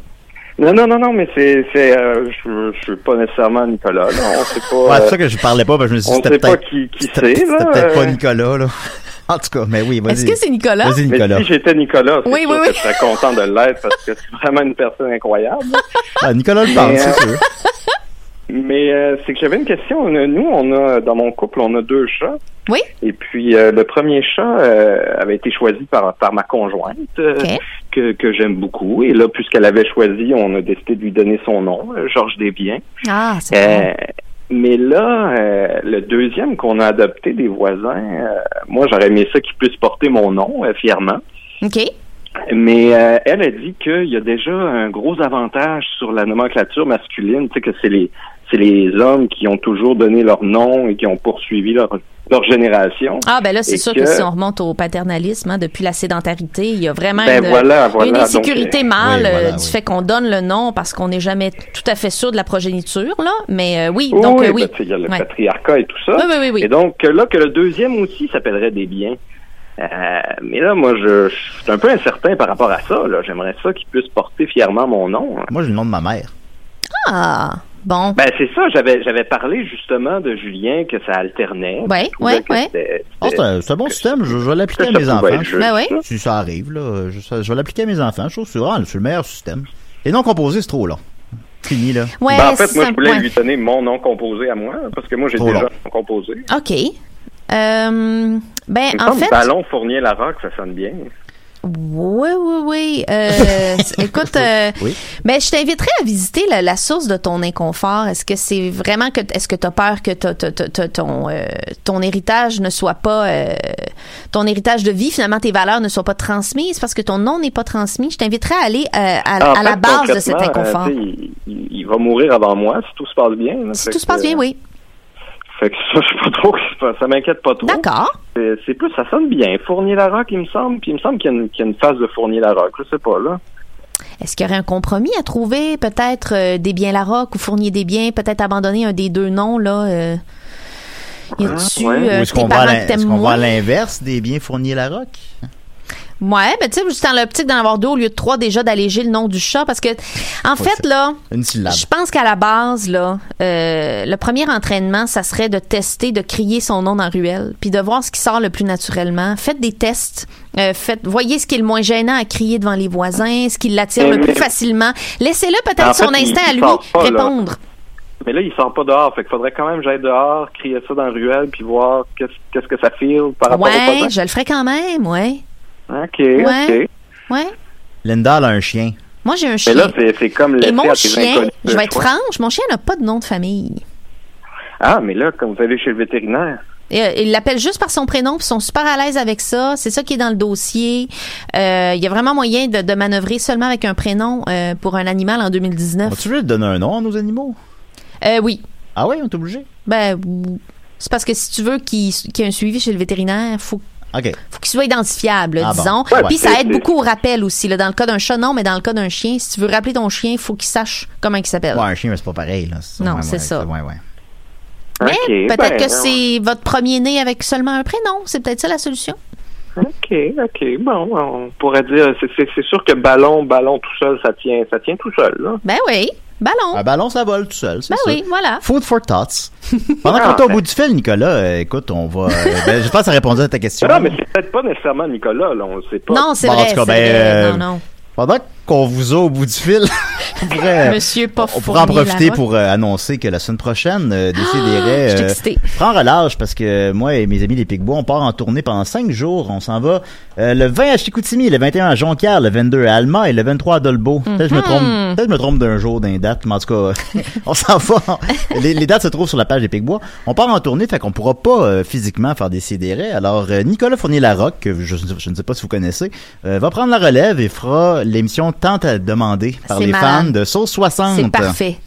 [SPEAKER 7] Non, non, non, non, mais c'est, c'est, euh, je, je suis pas nécessairement Nicolas. Là, on sait pas.
[SPEAKER 5] Ouais, c'est
[SPEAKER 7] euh,
[SPEAKER 5] ça que je parlais pas, parce que je me suis dit
[SPEAKER 7] on
[SPEAKER 5] c'était
[SPEAKER 7] sait pas
[SPEAKER 5] peut-être.
[SPEAKER 7] qui- qui
[SPEAKER 5] c'était-
[SPEAKER 7] c'est, là,
[SPEAKER 5] C'était peut-être
[SPEAKER 7] euh.
[SPEAKER 5] pas Nicolas, là. [laughs] En tout cas, mais oui, vas-y.
[SPEAKER 6] Est-ce que c'est Nicolas?
[SPEAKER 5] Vas-y, Nicolas.
[SPEAKER 7] Mais si j'étais Nicolas, c'est
[SPEAKER 6] Oui,
[SPEAKER 7] sûr
[SPEAKER 6] oui, oui.
[SPEAKER 7] que je serais content de l'être parce que c'est vraiment une personne incroyable.
[SPEAKER 5] Ah, Nicolas le
[SPEAKER 7] Mais,
[SPEAKER 5] parle,
[SPEAKER 7] euh,
[SPEAKER 5] c'est sûr.
[SPEAKER 7] Mais euh, c'est que j'avais une question. On a- Nous, on a dans mon couple, on a deux chats.
[SPEAKER 6] Oui.
[SPEAKER 7] Et puis euh, le premier chat euh, avait été choisi par par ma conjointe euh, que que j'aime beaucoup. Et là, puisqu'elle avait choisi, on a décidé de lui donner son nom, euh, Georges Desbiens.
[SPEAKER 6] Ah,
[SPEAKER 7] Euh, mais là, euh, le deuxième qu'on a adopté des voisins, euh, moi j'aurais aimé ça qu'il puisse porter mon nom euh, fièrement.
[SPEAKER 6] OK.
[SPEAKER 7] Mais euh, elle a dit qu'il y a déjà un gros avantage sur la nomenclature masculine, tu sais que c'est les c'est les hommes qui ont toujours donné leur nom et qui ont poursuivi leur leur génération.
[SPEAKER 6] Ah, ben là, c'est
[SPEAKER 7] Et
[SPEAKER 6] sûr que... si on remonte au paternalisme, hein, depuis la sédentarité, il y a vraiment
[SPEAKER 7] Ben
[SPEAKER 6] une,
[SPEAKER 7] voilà, voilà,
[SPEAKER 6] une
[SPEAKER 7] donc,
[SPEAKER 6] insécurité
[SPEAKER 7] euh,
[SPEAKER 6] mâle
[SPEAKER 7] oui, voilà,
[SPEAKER 6] euh, du fait qu'on donne le nom parce qu'on n'est jamais tout à fait sûr de la progéniture, là. Mais euh, oui,
[SPEAKER 7] Oui,
[SPEAKER 6] donc
[SPEAKER 7] oui,
[SPEAKER 6] euh, oui.
[SPEAKER 7] ben, tu sais, il y a le
[SPEAKER 6] Ouais.
[SPEAKER 7] patriarcat et tout ça.
[SPEAKER 6] Oui, oui, oui, oui.
[SPEAKER 7] Et donc euh, là que le deuxième aussi s'appellerait des biens. Euh, mais là, moi, je, je suis un peu incertain par rapport à ça. Là. J'aimerais ça qu'il puisse porter fièrement mon nom. hein.
[SPEAKER 5] Moi, j'ai le nom de ma mère.
[SPEAKER 6] Ah, bon.
[SPEAKER 7] Ben c'est ça. J'avais j'avais parlé justement de Julien que ça alternait.
[SPEAKER 6] Ouais,
[SPEAKER 7] Je trouvais
[SPEAKER 6] ouais,
[SPEAKER 7] que
[SPEAKER 6] ouais.
[SPEAKER 7] c'était-
[SPEAKER 5] Ah, c'est un, c'est un bon système, je, je vais l'appliquer à
[SPEAKER 7] que ça
[SPEAKER 5] mes
[SPEAKER 7] pouvait
[SPEAKER 5] enfants.
[SPEAKER 7] être juste, Ben oui. ça.
[SPEAKER 5] Si ça arrive, là, je, ça- je vais l'appliquer à mes enfants. Je trouve que c'est vraiment- c'est le meilleur système. Les noms composés, c'est trop long. Fini, là.
[SPEAKER 6] Ouais,
[SPEAKER 7] Ben, en fait, moi,
[SPEAKER 6] c'est
[SPEAKER 7] je voulais
[SPEAKER 6] un-
[SPEAKER 7] lui donner mon nom composé à moi, hein, parce que moi, j'ai
[SPEAKER 5] Trop
[SPEAKER 7] déjà
[SPEAKER 5] long.
[SPEAKER 7] un nom composé.
[SPEAKER 6] OK. Euh, ben,
[SPEAKER 7] Il me
[SPEAKER 6] en
[SPEAKER 7] semble
[SPEAKER 6] fait.
[SPEAKER 7] Ballon Fournier Larocque, ça sonne bien.
[SPEAKER 6] Oui, oui, oui.
[SPEAKER 7] [laughs]
[SPEAKER 6] Euh, c- écoute, euh,
[SPEAKER 7] Oui.
[SPEAKER 6] mais je t'inviterais à visiter la, la source de ton inconfort. Est-ce que c'est vraiment que est-ce que tu as peur que t'as- t'as- t'as- t'as- ton euh, ton héritage ne soit pas euh, ton héritage de vie finalement tes valeurs ne soient pas transmises parce que ton nom n'est pas transmis. Je t'inviterais à aller euh, à,
[SPEAKER 7] En
[SPEAKER 6] à
[SPEAKER 7] fait,
[SPEAKER 6] la base de cet
[SPEAKER 7] Ah, ben, concrètement,
[SPEAKER 6] inconfort.
[SPEAKER 7] euh, tu sais, il, il- il va mourir avant moi, si tout se passe bien. là.
[SPEAKER 6] si
[SPEAKER 7] Fait
[SPEAKER 6] tout se passe
[SPEAKER 7] que- euh,
[SPEAKER 6] bien, oui.
[SPEAKER 7] Fait que ça, je sais pas trop, ça- ça m'inquiète pas trop.
[SPEAKER 6] D'accord.
[SPEAKER 7] Euh, C'est plus, ça sonne bien. Fournier Larocque, il me semble, puis il me semble qu'il y, a une- qu'il y a une phase de Fournier Larocque, je sais pas, là.
[SPEAKER 6] Est-ce qu'il y aurait un compromis à trouver, peut-être euh, des biens Larocque ou fournir des biens, peut-être abandonner un des deux noms là. euh, y a-tu
[SPEAKER 5] Ou
[SPEAKER 6] euh,
[SPEAKER 5] est-ce
[SPEAKER 6] tes
[SPEAKER 5] qu'on va à
[SPEAKER 6] parents
[SPEAKER 5] l'in-
[SPEAKER 6] que t'aimes
[SPEAKER 5] est-ce qu'on va
[SPEAKER 6] moins?
[SPEAKER 5] à l'inverse des biens fournis la roque?
[SPEAKER 6] Ouais, ben tu sais, juste dans l'optique d'en avoir deux au lieu de trois, déjà d'alléger le nom du chat. Parce que, en
[SPEAKER 5] Ouais,
[SPEAKER 6] fait,
[SPEAKER 5] c'est
[SPEAKER 6] là,
[SPEAKER 5] Une syllabe.
[SPEAKER 6] je pense qu'à la base, là, euh, le premier entraînement, ça serait de tester, de crier son nom dans la ruelle, puis de voir ce qui sort le plus naturellement. Faites des tests. euh, faites, voyez ce qui est le moins gênant à crier devant les voisins, ce qui l'attire le
[SPEAKER 9] Mais-
[SPEAKER 6] plus facilement. Laissez-le
[SPEAKER 9] En
[SPEAKER 6] peut-être
[SPEAKER 9] fait,
[SPEAKER 6] son
[SPEAKER 9] il-
[SPEAKER 6] instinct à
[SPEAKER 9] il
[SPEAKER 6] lui
[SPEAKER 9] sort pas, là.
[SPEAKER 6] répondre.
[SPEAKER 9] Mais là, il sort pas dehors. Fait qu'il faudrait quand même que j'aille dehors, crier ça dans la ruelle, puis voir qu'est-ce qu'est-ce que ça file par rapport au
[SPEAKER 6] Ouais,
[SPEAKER 9] voisin.
[SPEAKER 6] je le ferai quand même, ouais.
[SPEAKER 9] OK,
[SPEAKER 6] Ouais.
[SPEAKER 9] OK.
[SPEAKER 6] Ouais.
[SPEAKER 5] Linda elle a un chien.
[SPEAKER 6] Moi, j'ai un chien.
[SPEAKER 9] Mais là, c'est c'est comme
[SPEAKER 6] Et
[SPEAKER 9] laisser
[SPEAKER 6] mon
[SPEAKER 9] à tes
[SPEAKER 6] chien,
[SPEAKER 9] inconnus
[SPEAKER 6] je
[SPEAKER 9] le
[SPEAKER 6] vais être
[SPEAKER 9] choix.
[SPEAKER 6] franche, mon chien n'a pas de nom de famille.
[SPEAKER 9] Ah, mais là, quand vous allez chez le vétérinaire,
[SPEAKER 6] Et, euh, il l'appelle juste par son prénom, puis ils sont super à l'aise avec ça. C'est ça qui est dans le dossier. Euh, Il y a vraiment moyen de, de manœuvrer seulement avec un prénom euh, pour un animal en 2019.
[SPEAKER 5] As-tu veux donner un nom à nos animaux?
[SPEAKER 6] Euh, oui.
[SPEAKER 5] Ah oui, on est obligé.
[SPEAKER 6] Ben, ou- c'est parce que si tu veux qu'il qu'il y ait un suivi chez le vétérinaire, faut
[SPEAKER 5] OK.
[SPEAKER 6] faut qu'il soit identifiable, là,
[SPEAKER 5] Ah bon.
[SPEAKER 6] disons.
[SPEAKER 5] Ouais,
[SPEAKER 6] Puis
[SPEAKER 5] c'est-
[SPEAKER 6] ça aide
[SPEAKER 5] c'est-
[SPEAKER 6] beaucoup au rappel aussi. Là, dans le cas d'un chat, non, mais dans le cas d'un chien, si tu veux rappeler ton chien, faut qu'il sache comment il s'appelle.
[SPEAKER 5] Ouais, un chien, mais c'est pas pareil. Là.
[SPEAKER 6] Euh, Non,
[SPEAKER 5] ouais,
[SPEAKER 6] c'est
[SPEAKER 5] ouais,
[SPEAKER 6] ça.
[SPEAKER 5] Ouais, ouais.
[SPEAKER 6] Mais
[SPEAKER 5] ben,
[SPEAKER 9] ben
[SPEAKER 6] peut-être que c'est votre premier né avec seulement un prénom. C'est peut-être ça la solution.
[SPEAKER 9] OK, OK. Bon, on pourrait dire, c'est- c'est c'est sûr que ballon, ballon tout seul, ça tient, ça tient tout seul, là.
[SPEAKER 6] Ben oui, ballon.
[SPEAKER 5] Un ballon, ça vole tout seul, Ah c'est
[SPEAKER 6] Ben
[SPEAKER 5] ça.
[SPEAKER 6] oui, voilà.
[SPEAKER 5] Food
[SPEAKER 6] [laughs]
[SPEAKER 5] for thoughts. Pendant
[SPEAKER 9] Ah,
[SPEAKER 5] qu'on
[SPEAKER 9] ben.
[SPEAKER 5] est au bout du fil, Nicolas, euh, écoute, on
[SPEAKER 9] [laughs]
[SPEAKER 5] va. euh, ben, je pense que ça répondait à ta question.
[SPEAKER 9] Ah Non, mais c'est peut-être pas nécessairement Nicolas, là, on le sait pas.
[SPEAKER 6] Non, c'est
[SPEAKER 5] Bon, en
[SPEAKER 6] vrai.
[SPEAKER 5] tout cas,
[SPEAKER 6] c'est
[SPEAKER 5] ben,
[SPEAKER 6] vrai.
[SPEAKER 5] euh,
[SPEAKER 6] non, non.
[SPEAKER 5] Pendant qu'on vous a au bout du fil, [laughs] on
[SPEAKER 9] Euh,
[SPEAKER 5] pourrait, euh,
[SPEAKER 6] Monsieur pas
[SPEAKER 5] on pourrait en
[SPEAKER 6] Fournier
[SPEAKER 5] profiter
[SPEAKER 6] Larocque.
[SPEAKER 5] pour euh, annoncer que la semaine prochaine, euh, Décideret,
[SPEAKER 6] Ah, je suis
[SPEAKER 5] euh,
[SPEAKER 6] excitée.
[SPEAKER 5] prend relâche parce que moi et mes amis les Picbois, on part en tournée pendant cinq jours. On s'en va euh, le 20 à Chicoutimi, le 21 à Jonquière, le 22 à Alma et le 23 à Dolbeau.
[SPEAKER 6] Mhm.
[SPEAKER 5] Peut-être que je me trompe, peut-être que je me trompe d'un jour, d'une date, mais en tout
[SPEAKER 6] [laughs]
[SPEAKER 5] cas, on s'en va. les, les dates se trouvent sur la page des Picbois. On part en tournée, fait qu'on pourra pas euh, physiquement faire des CDR. Alors euh, Nicolas Fournier-Larocque, que je, je ne sais pas si vous connaissez, euh, va prendre la relève et fera l'émission tant à demander par
[SPEAKER 6] C'est
[SPEAKER 5] les
[SPEAKER 6] malade.
[SPEAKER 5] fans de Sauce 60.
[SPEAKER 6] C'est parfait.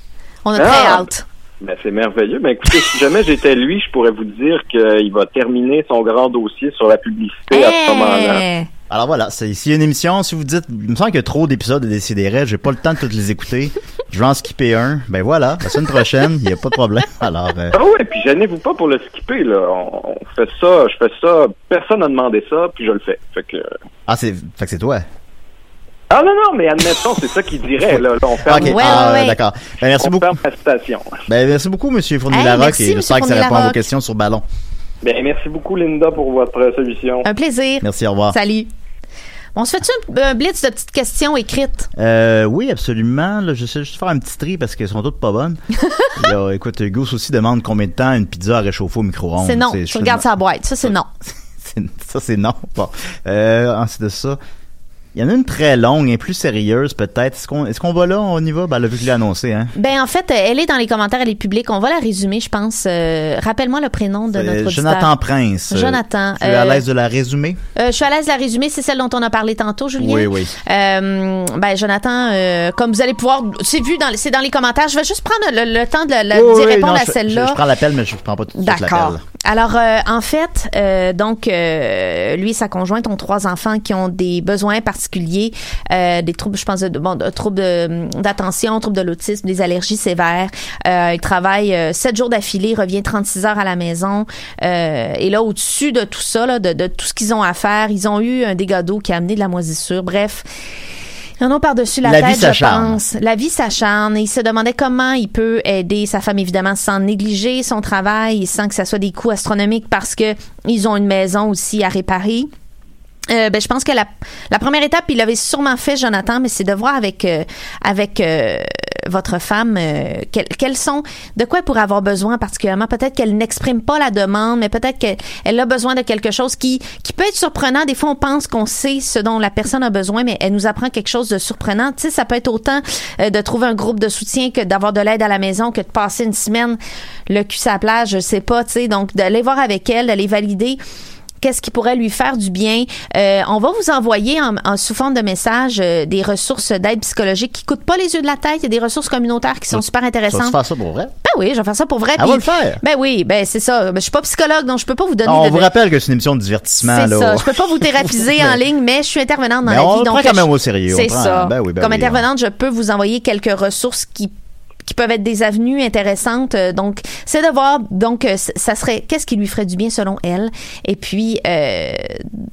[SPEAKER 6] On a
[SPEAKER 9] Ah.
[SPEAKER 6] très hâte.
[SPEAKER 9] Ben, c'est merveilleux. Mais écoutez, si jamais j'étais lui, je pourrais vous dire qu'il va terminer son grand dossier sur la publicité à ce moment-là.
[SPEAKER 5] Alors voilà, c'est ici une émission. Si vous dites, il me semble qu'il y a trop d'épisodes de Décideret, j'ai pas le temps de toutes
[SPEAKER 6] [laughs]
[SPEAKER 5] les écouter. Je vais en skipper un. Ben voilà, la semaine prochaine, il n'y a pas de problème. [laughs] Alors, euh,
[SPEAKER 9] Ah ouais, puis gênez-vous pas pour le skipper, là. On, on fait ça, je fais ça, personne n'a demandé ça, puis je le fais. Fait que... euh,
[SPEAKER 5] ah, c'est, fait que c'est toi.
[SPEAKER 9] Ah non, non, mais admettons, c'est ça qu'il dirait, là. Là, on
[SPEAKER 5] Ah,
[SPEAKER 9] ferme,
[SPEAKER 5] ok, ah, d'accord. Ben, merci
[SPEAKER 9] on
[SPEAKER 5] beaucoup.
[SPEAKER 9] ferme la station.
[SPEAKER 5] Ben, merci beaucoup, Monsieur Fournier
[SPEAKER 6] Hey,
[SPEAKER 5] Larocque,
[SPEAKER 6] merci,
[SPEAKER 5] et j'espère
[SPEAKER 6] Monsieur
[SPEAKER 5] que ça répond à vos
[SPEAKER 6] Fournier-Larocque.
[SPEAKER 5] questions sur ballon.
[SPEAKER 9] Ben, merci beaucoup, Linda, pour votre solution.
[SPEAKER 6] Un plaisir.
[SPEAKER 5] Merci, au revoir.
[SPEAKER 6] Salut. On se fait-tu un, un blitz de petites questions écrites?
[SPEAKER 5] Euh, oui, absolument. Là, je sais juste faire un petit tri parce qu'elles sont toutes
[SPEAKER 6] [laughs]
[SPEAKER 5] pas bonnes. Il y a- écoute, Hugo aussi demande combien de temps une pizza à réchauffer au micro-ondes.
[SPEAKER 6] c'est non.
[SPEAKER 5] C'est-
[SPEAKER 6] Tu regardes sa boîte. Ça, c'est non.
[SPEAKER 5] C'est- ça, c'est non. Bon. Euh, ensuite de ça, il y en a une très longue et plus sérieuse, peut-être. Est-ce qu'on est qu'on va là? On y va? Ben, là, vu que je l'ai annoncé, hein.
[SPEAKER 6] Ben, en fait, euh, elle est dans les commentaires, elle est publique. On va la résumer, je pense. Euh, Rappelle-moi le prénom de
[SPEAKER 5] Euh,
[SPEAKER 6] notre auditeur.
[SPEAKER 5] Jonathan Prince. Euh,
[SPEAKER 6] Jonathan.
[SPEAKER 5] Tu es à
[SPEAKER 6] euh,
[SPEAKER 5] l'aise de la résumer?
[SPEAKER 6] Euh, je suis à l'aise de la résumer, c'est celle dont on a parlé tantôt, Julien.
[SPEAKER 5] Oui, oui.
[SPEAKER 6] Euh, ben, Jonathan, euh, comme vous allez pouvoir, c'est vu, dans, c'est dans les commentaires. Je vais juste prendre le, le temps de la- la-
[SPEAKER 5] Oui,
[SPEAKER 6] d'y
[SPEAKER 5] oui,
[SPEAKER 6] répondre
[SPEAKER 5] non,
[SPEAKER 6] à
[SPEAKER 5] je-
[SPEAKER 6] celle-là.
[SPEAKER 5] Je, je prends l'appel, mais je prends pas tout de suite
[SPEAKER 6] D'accord.
[SPEAKER 5] l'appel.
[SPEAKER 6] Alors, euh, en fait, euh, donc, euh, lui et sa conjointe ont trois enfants qui ont des besoins particuliers, euh, des troubles, je pense, de, bon, de- troubles de- d'attention, troubles de l'autisme, des allergies sévères. Euh, il travaille euh, sept jours d'affilée, il revient 36 heures à la maison. Euh, et là, au-dessus de tout ça, là, de, de tout ce qu'ils ont à faire, ils ont eu un dégât d'eau qui a amené de la moisissure. Bref. Ils en ont par-dessus la,
[SPEAKER 5] La vie
[SPEAKER 6] tête, je
[SPEAKER 5] s'acharne.
[SPEAKER 6] pense. La vie s'acharne et il se demandait comment il peut aider sa femme, évidemment, sans négliger son travail, sans que ça soit des coûts astronomiques parce que ils ont une maison aussi à réparer. Euh, ben, je pense que la, la première étape, il l'avait sûrement fait, Jonathan, mais c'est de voir avec euh, avec euh, votre femme euh, quel- quels sont de quoi elle pourrait avoir besoin particulièrement. Peut-être qu'elle n'exprime pas la demande, mais peut-être qu'elle elle a besoin de quelque chose qui qui peut être surprenant. Des fois, on pense qu'on sait ce dont la personne a besoin, mais elle nous apprend quelque chose de surprenant. Tu sais, ça peut être autant euh, de trouver un groupe de soutien que d'avoir de l'aide à la maison, que de passer une semaine le cul à la plage, je sais pas. Tu sais, donc d'aller voir avec elle, d'aller valider qu'est-ce qui pourrait lui faire du bien. Euh, on va vous envoyer en, en sous forme de message euh, des ressources d'aide psychologique qui coûtent pas les yeux de la tête. Il y a des ressources communautaires qui sont super
[SPEAKER 5] Tu vas
[SPEAKER 6] intéressantes.
[SPEAKER 5] faire ça pour vrai?
[SPEAKER 6] Ben oui, je vais faire ça pour vrai.
[SPEAKER 5] Elle
[SPEAKER 6] puis-
[SPEAKER 5] va le faire.
[SPEAKER 6] Ben oui, ben c'est ça. Ben, je suis pas psychologue, donc je peux pas vous donner
[SPEAKER 5] on
[SPEAKER 6] de...
[SPEAKER 5] vous rappelle que c'est une émission de divertissement,
[SPEAKER 6] c'est
[SPEAKER 5] là.
[SPEAKER 6] ça. Je peux
[SPEAKER 5] [laughs]
[SPEAKER 6] pas vous thérapiser en ligne, mais je suis intervenante dans
[SPEAKER 5] Mais
[SPEAKER 6] la
[SPEAKER 5] on
[SPEAKER 6] vie.
[SPEAKER 5] le
[SPEAKER 6] donc
[SPEAKER 5] prend quand
[SPEAKER 6] je-
[SPEAKER 5] même au sérieux, on
[SPEAKER 6] C'est
[SPEAKER 5] prend-
[SPEAKER 6] ça.
[SPEAKER 5] ben oui, ben
[SPEAKER 6] Comme
[SPEAKER 5] oui,
[SPEAKER 6] intervenante, je peux vous envoyer quelques ressources qui qui peuvent être des avenues intéressantes. Euh, Donc, c'est de voir, donc, euh, c- ça serait, qu'est-ce qui lui ferait du bien selon elle. Et puis, euh,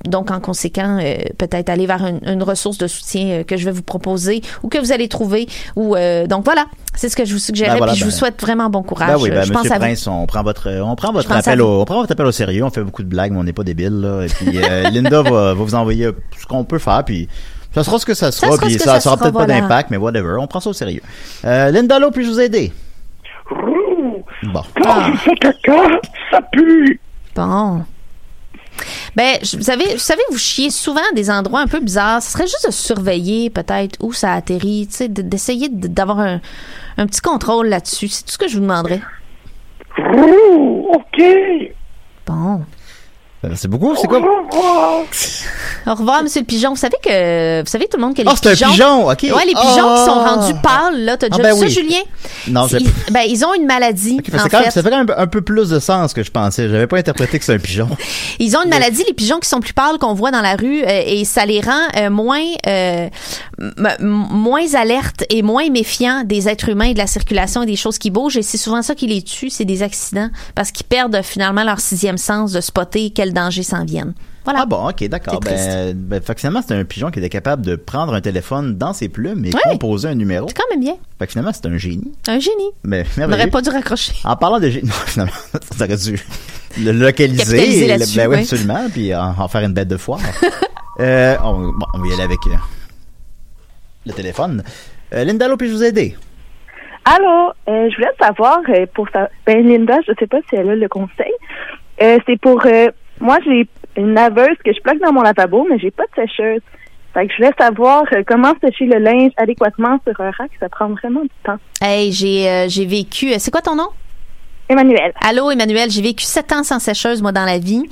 [SPEAKER 6] donc, en conséquent, euh, peut-être aller vers une, une ressource de soutien euh, que je vais vous proposer ou que vous allez trouver. Ou, euh, donc, voilà, c'est ce que je vous suggérais.
[SPEAKER 5] Ben voilà,
[SPEAKER 6] puis, je
[SPEAKER 5] ben-
[SPEAKER 6] vous souhaite vraiment bon courage.
[SPEAKER 5] Ben oui, ben,
[SPEAKER 6] euh, je
[SPEAKER 5] Monsieur
[SPEAKER 6] pense à vous.
[SPEAKER 5] Prince, on prend votre, euh, on prend votre
[SPEAKER 6] pense à
[SPEAKER 5] appel
[SPEAKER 6] vous.
[SPEAKER 5] au, on prend votre appel au sérieux. On fait beaucoup de blagues, mais on n'est pas débiles, là. Et puis,
[SPEAKER 6] [laughs]
[SPEAKER 5] euh, Linda va, va vous envoyer ce qu'on peut faire, puis ça sera ce que ça sera,
[SPEAKER 6] sera
[SPEAKER 5] puis
[SPEAKER 6] ce que
[SPEAKER 5] ça,
[SPEAKER 6] ça
[SPEAKER 5] sera
[SPEAKER 6] sera,
[SPEAKER 5] peut-être
[SPEAKER 6] voilà.
[SPEAKER 5] pas d'impact, mais whatever. On prend ça au sérieux. Euh, Linda, là, puis-je vous aider? Bon.
[SPEAKER 7] [laughs]
[SPEAKER 6] Ah.
[SPEAKER 12] caca, ça pue.
[SPEAKER 6] Bon. Ben, je- vous savez, vous savez, vous chiez souvent à des endroits un peu bizarres. Ce serait juste de surveiller peut-être où ça atterrit, tu sais, de- d'essayer de- d'avoir un, un petit contrôle là-dessus. C'est tout ce que je vous demanderais.
[SPEAKER 12] OK.
[SPEAKER 6] Bon.
[SPEAKER 5] C'est Ben, beaucoup, c'est quoi?
[SPEAKER 6] Au revoir, Monsieur le Pigeon. Vous savez que vous savez tout le monde que les
[SPEAKER 5] Ah, c'est un
[SPEAKER 6] pigeons.
[SPEAKER 5] pigeon, ok.
[SPEAKER 6] Ouais, les pigeons
[SPEAKER 5] Ah.
[SPEAKER 6] qui sont rendus pâles, là. T'as
[SPEAKER 5] Ah,
[SPEAKER 6] déjà
[SPEAKER 5] ben
[SPEAKER 6] vu ça,
[SPEAKER 5] oui.
[SPEAKER 6] Julien?
[SPEAKER 5] Non, j'ai-
[SPEAKER 6] Ils- ben, ils ont une maladie.
[SPEAKER 5] Ça
[SPEAKER 6] en
[SPEAKER 5] fait, quand même,
[SPEAKER 6] fait.
[SPEAKER 5] ça fait quand même un peu plus de sens que je pensais. J'avais pas interprété que c'est un pigeon.
[SPEAKER 6] Ils ont une maladie, les pigeons qui sont plus pâles qu'on voit dans la rue, euh, et ça les rend euh, moins euh, m- m- moins alertes et moins méfiants des êtres humains et de la circulation et des choses qui bougent. Et c'est souvent ça qui les tue, c'est des accidents, parce qu'ils perdent euh, finalement leur sixième sens de spotter quel danger s'en viennent. [laughs] Voilà.
[SPEAKER 5] Ah bon, ok, d'accord.
[SPEAKER 6] C'est triste.
[SPEAKER 5] Ben, ben, fait que finalement, c'est un pigeon qui était capable de prendre un téléphone dans ses plumes et
[SPEAKER 6] Ouais.
[SPEAKER 5] composer un numéro.
[SPEAKER 6] C'est quand même bien.
[SPEAKER 5] Fait que finalement, c'est un génie.
[SPEAKER 6] Un génie.
[SPEAKER 5] Mais [laughs]
[SPEAKER 6] On
[SPEAKER 5] merveilleux.
[SPEAKER 6] n'aurait pas dû raccrocher.
[SPEAKER 5] En parlant de génie, [laughs] non, finalement, ça aurait dû le localiser.
[SPEAKER 6] Capitaliser
[SPEAKER 5] et le-
[SPEAKER 6] là-dessus,
[SPEAKER 5] ben oui,
[SPEAKER 6] ouais.
[SPEAKER 5] absolument, puis en, en faire une bête
[SPEAKER 6] [laughs]
[SPEAKER 5] de foire. Euh, on, bon, on va y aller avec euh, le téléphone. Euh, Linda, Lindalo, puis-je vous aider?
[SPEAKER 3] Allô, euh, je voulais savoir euh, pour sa... ben Linda, je sais pas si elle a le conseil. Euh, c'est pour euh, moi j'ai une laveuse que je plaque dans mon lavabo, mais j'ai pas de sécheuse. Fait que je voulais savoir euh, comment sécher le linge adéquatement sur un rack, ça prend vraiment du temps.
[SPEAKER 6] Hey, j'ai euh, j'ai vécu. euh, C'est quoi ton nom?
[SPEAKER 3] Emmanuel.
[SPEAKER 6] Allô, Emmanuel. J'ai vécu sept ans sans sécheuse, moi, dans la vie.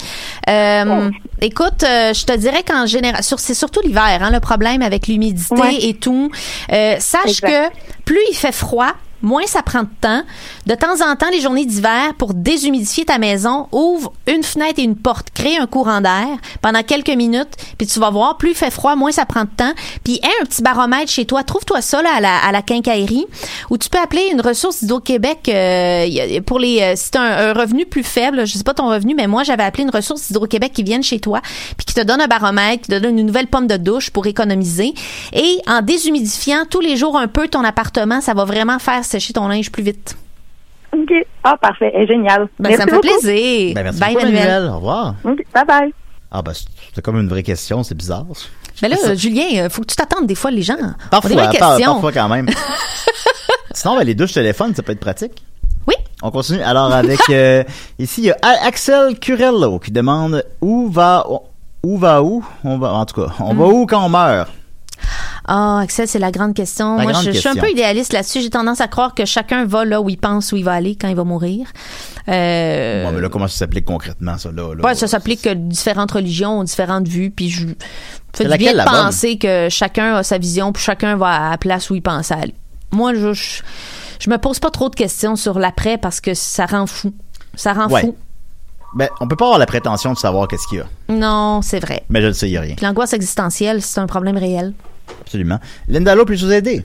[SPEAKER 6] Euh, Écoute, euh, je te dirais qu'en général, sur, c'est surtout l'hiver, hein, le problème avec l'humidité et tout. Euh, sache
[SPEAKER 13] Exact.
[SPEAKER 6] que plus il fait froid, moins ça prend de temps. De temps en temps, les journées d'hiver, pour déshumidifier ta maison, ouvre une fenêtre et une porte, crée un courant d'air pendant quelques minutes, puis tu vas voir, plus il fait froid, moins ça prend de temps. Puis aie un petit baromètre chez toi, trouve-toi ça là, à, la, à la quincaillerie, ou tu peux appeler une ressource d'Hydro-Québec euh, y a- pour les... euh, si t'as un, un revenu plus faible, je sais pas ton revenu, mais moi, j'avais appelé une ressource d'Hydro-Québec qui viennent chez toi, puis qui te donne un baromètre, qui te donne une nouvelle pomme de douche pour économiser. Et en déshumidifiant tous les jours un peu ton appartement, ça va vraiment faire sécher ton linge plus vite.
[SPEAKER 3] OK. Ah parfait, Eh, génial.
[SPEAKER 6] Ben,
[SPEAKER 3] Merci
[SPEAKER 6] ça me fait
[SPEAKER 3] beaucoup.
[SPEAKER 6] plaisir.
[SPEAKER 5] Ben, merci
[SPEAKER 6] Bye,
[SPEAKER 5] beaucoup,
[SPEAKER 6] Emmanuel.
[SPEAKER 5] Au revoir.
[SPEAKER 3] OK, bye bye.
[SPEAKER 5] Ah, ben, c'est- c'est comme une vraie question, c'est bizarre.
[SPEAKER 6] Mais là,
[SPEAKER 5] Ça-
[SPEAKER 6] euh, Julien, euh, faut que tu t'attendes des fois les gens.
[SPEAKER 5] Parfois,
[SPEAKER 6] On a des vraies
[SPEAKER 5] par-
[SPEAKER 6] questions.
[SPEAKER 5] parfois
[SPEAKER 6] [laughs]
[SPEAKER 5] quand même. Sinon, ben, les douches téléphones, ça peut être pratique.
[SPEAKER 6] Oui.
[SPEAKER 5] On continue. Alors,
[SPEAKER 6] [laughs]
[SPEAKER 5] avec euh, ici, il y a A- Axel Curello qui demande où va où va où on va en tout cas on
[SPEAKER 6] Hmm.
[SPEAKER 5] va où quand on meurt.
[SPEAKER 6] Ah, Axel, c'est la grande question.
[SPEAKER 5] La
[SPEAKER 6] Moi,
[SPEAKER 5] grande
[SPEAKER 6] je, je suis
[SPEAKER 5] question.
[SPEAKER 6] un peu idéaliste là-dessus. J'ai tendance à croire que chacun va là où il pense, où il va aller quand il va mourir. Euh,
[SPEAKER 5] Bon, mais là, comment ça s'applique concrètement ça là, là?
[SPEAKER 6] ouais, ça s'applique à différentes religions, ont différentes vues, puis je
[SPEAKER 5] C'est
[SPEAKER 6] fais du
[SPEAKER 5] laquelle
[SPEAKER 6] bien de
[SPEAKER 5] la bonne?
[SPEAKER 6] penser que chacun a sa vision, puis chacun va à la place où il pense à aller. Moi, je, je, je me pose pas trop de questions sur l'après parce que ça rend fou. Ça rend
[SPEAKER 5] Ouais.
[SPEAKER 6] fou.
[SPEAKER 5] Ben, on peut pas avoir la prétention de savoir qu'est-ce qu'il y a.
[SPEAKER 6] Non, c'est vrai.
[SPEAKER 5] Mais je le sais, il y a rien.
[SPEAKER 6] Puis l'angoisse existentielle, c'est un problème réel.
[SPEAKER 5] Absolument. Linda Lowe, puis-je vous aider?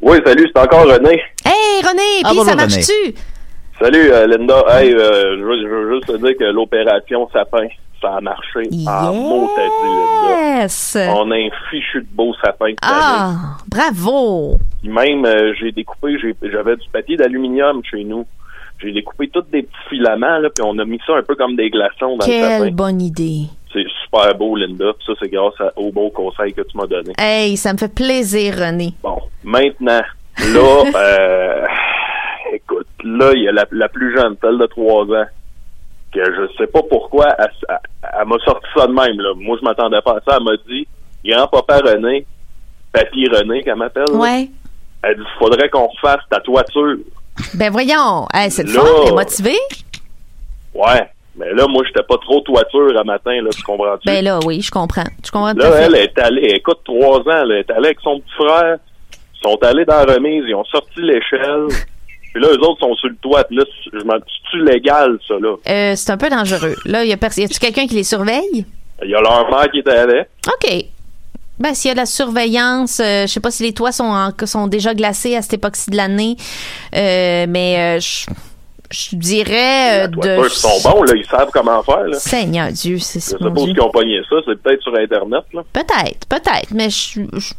[SPEAKER 7] Oui, salut, c'est encore René.
[SPEAKER 6] Hey, René,
[SPEAKER 5] Ah,
[SPEAKER 6] puis
[SPEAKER 7] bonjour,
[SPEAKER 6] ça
[SPEAKER 7] René.
[SPEAKER 6] marche-tu?
[SPEAKER 7] Salut, euh, Linda. Hey, euh, je, veux, je veux juste te dire que l'opération Sapin, ça a marché. Ah, mot, t'as dit,
[SPEAKER 6] Yes!
[SPEAKER 7] Linda. On a un fichu de beau sapin. cette année.
[SPEAKER 6] Ah, bravo!
[SPEAKER 7] Puis Même, euh, j'ai découpé, j'ai- j'avais du papier d'aluminium chez nous. J'ai découpé tous des petits filaments, là, puis on a mis ça un peu comme des glaçons dans le sapin.
[SPEAKER 6] Quelle bonne idée.
[SPEAKER 7] C'est super beau, Linda. Puis ça, c'est grâce à- aux beaux conseils que tu m'as donnés.
[SPEAKER 6] Hey, ça me fait plaisir, René.
[SPEAKER 7] Bon, maintenant,
[SPEAKER 6] [laughs]
[SPEAKER 7] là, euh, écoute, là, il y a la, la plus jeune, celle de 3 ans, que je sais pas pourquoi, elle, s- elle- elle m'a sorti ça de même. Là. Moi, je m'attendais pas à ça. Elle m'a dit, grand-papa René, papy René, qu'elle m'appelle, là,
[SPEAKER 6] Ouais.
[SPEAKER 7] elle dit, faudrait qu'on refasse ta toiture.
[SPEAKER 6] Ben voyons, hey, c'est le
[SPEAKER 7] Là.
[SPEAKER 6] fun, t'es motivé?
[SPEAKER 7] Ouais. Mais là, moi, j'étais pas trop toiture à matin, là, tu comprends-tu?
[SPEAKER 6] Ben là, oui, je comprends. Je comprends tout à
[SPEAKER 7] Là,
[SPEAKER 6] fait.
[SPEAKER 7] elle est allée, écoute, trois ans, elle est allée avec son petit frère. Ils sont allés dans la remise, ils ont sorti
[SPEAKER 6] [laughs]
[SPEAKER 7] l'échelle. Puis là, eux autres sont sur le toit. Puis là, je m'en c'est-tu légal, ça, là?
[SPEAKER 6] Euh, c'est un peu dangereux. Là, y a, pers- y a-tu quelqu'un qui les surveille?
[SPEAKER 7] Il y a leur mère qui était allée.
[SPEAKER 6] OK. Ben, s'il y a de la surveillance, euh, je sais pas si les toits sont, en- sont déjà glacés à cette époque-ci de l'année, euh, mais euh, je- Je dirais euh, de.
[SPEAKER 14] Ils sont
[SPEAKER 7] hein.
[SPEAKER 14] bons, là, ils savent comment faire. Là.
[SPEAKER 6] Seigneur Dieu, c'est
[SPEAKER 14] Je
[SPEAKER 6] c'est mon
[SPEAKER 14] suppose
[SPEAKER 6] Dieu.
[SPEAKER 14] qu'ils ont pogné ça, c'est peut-être sur Internet. Là.
[SPEAKER 6] Peut-être, peut-être, mais je, je,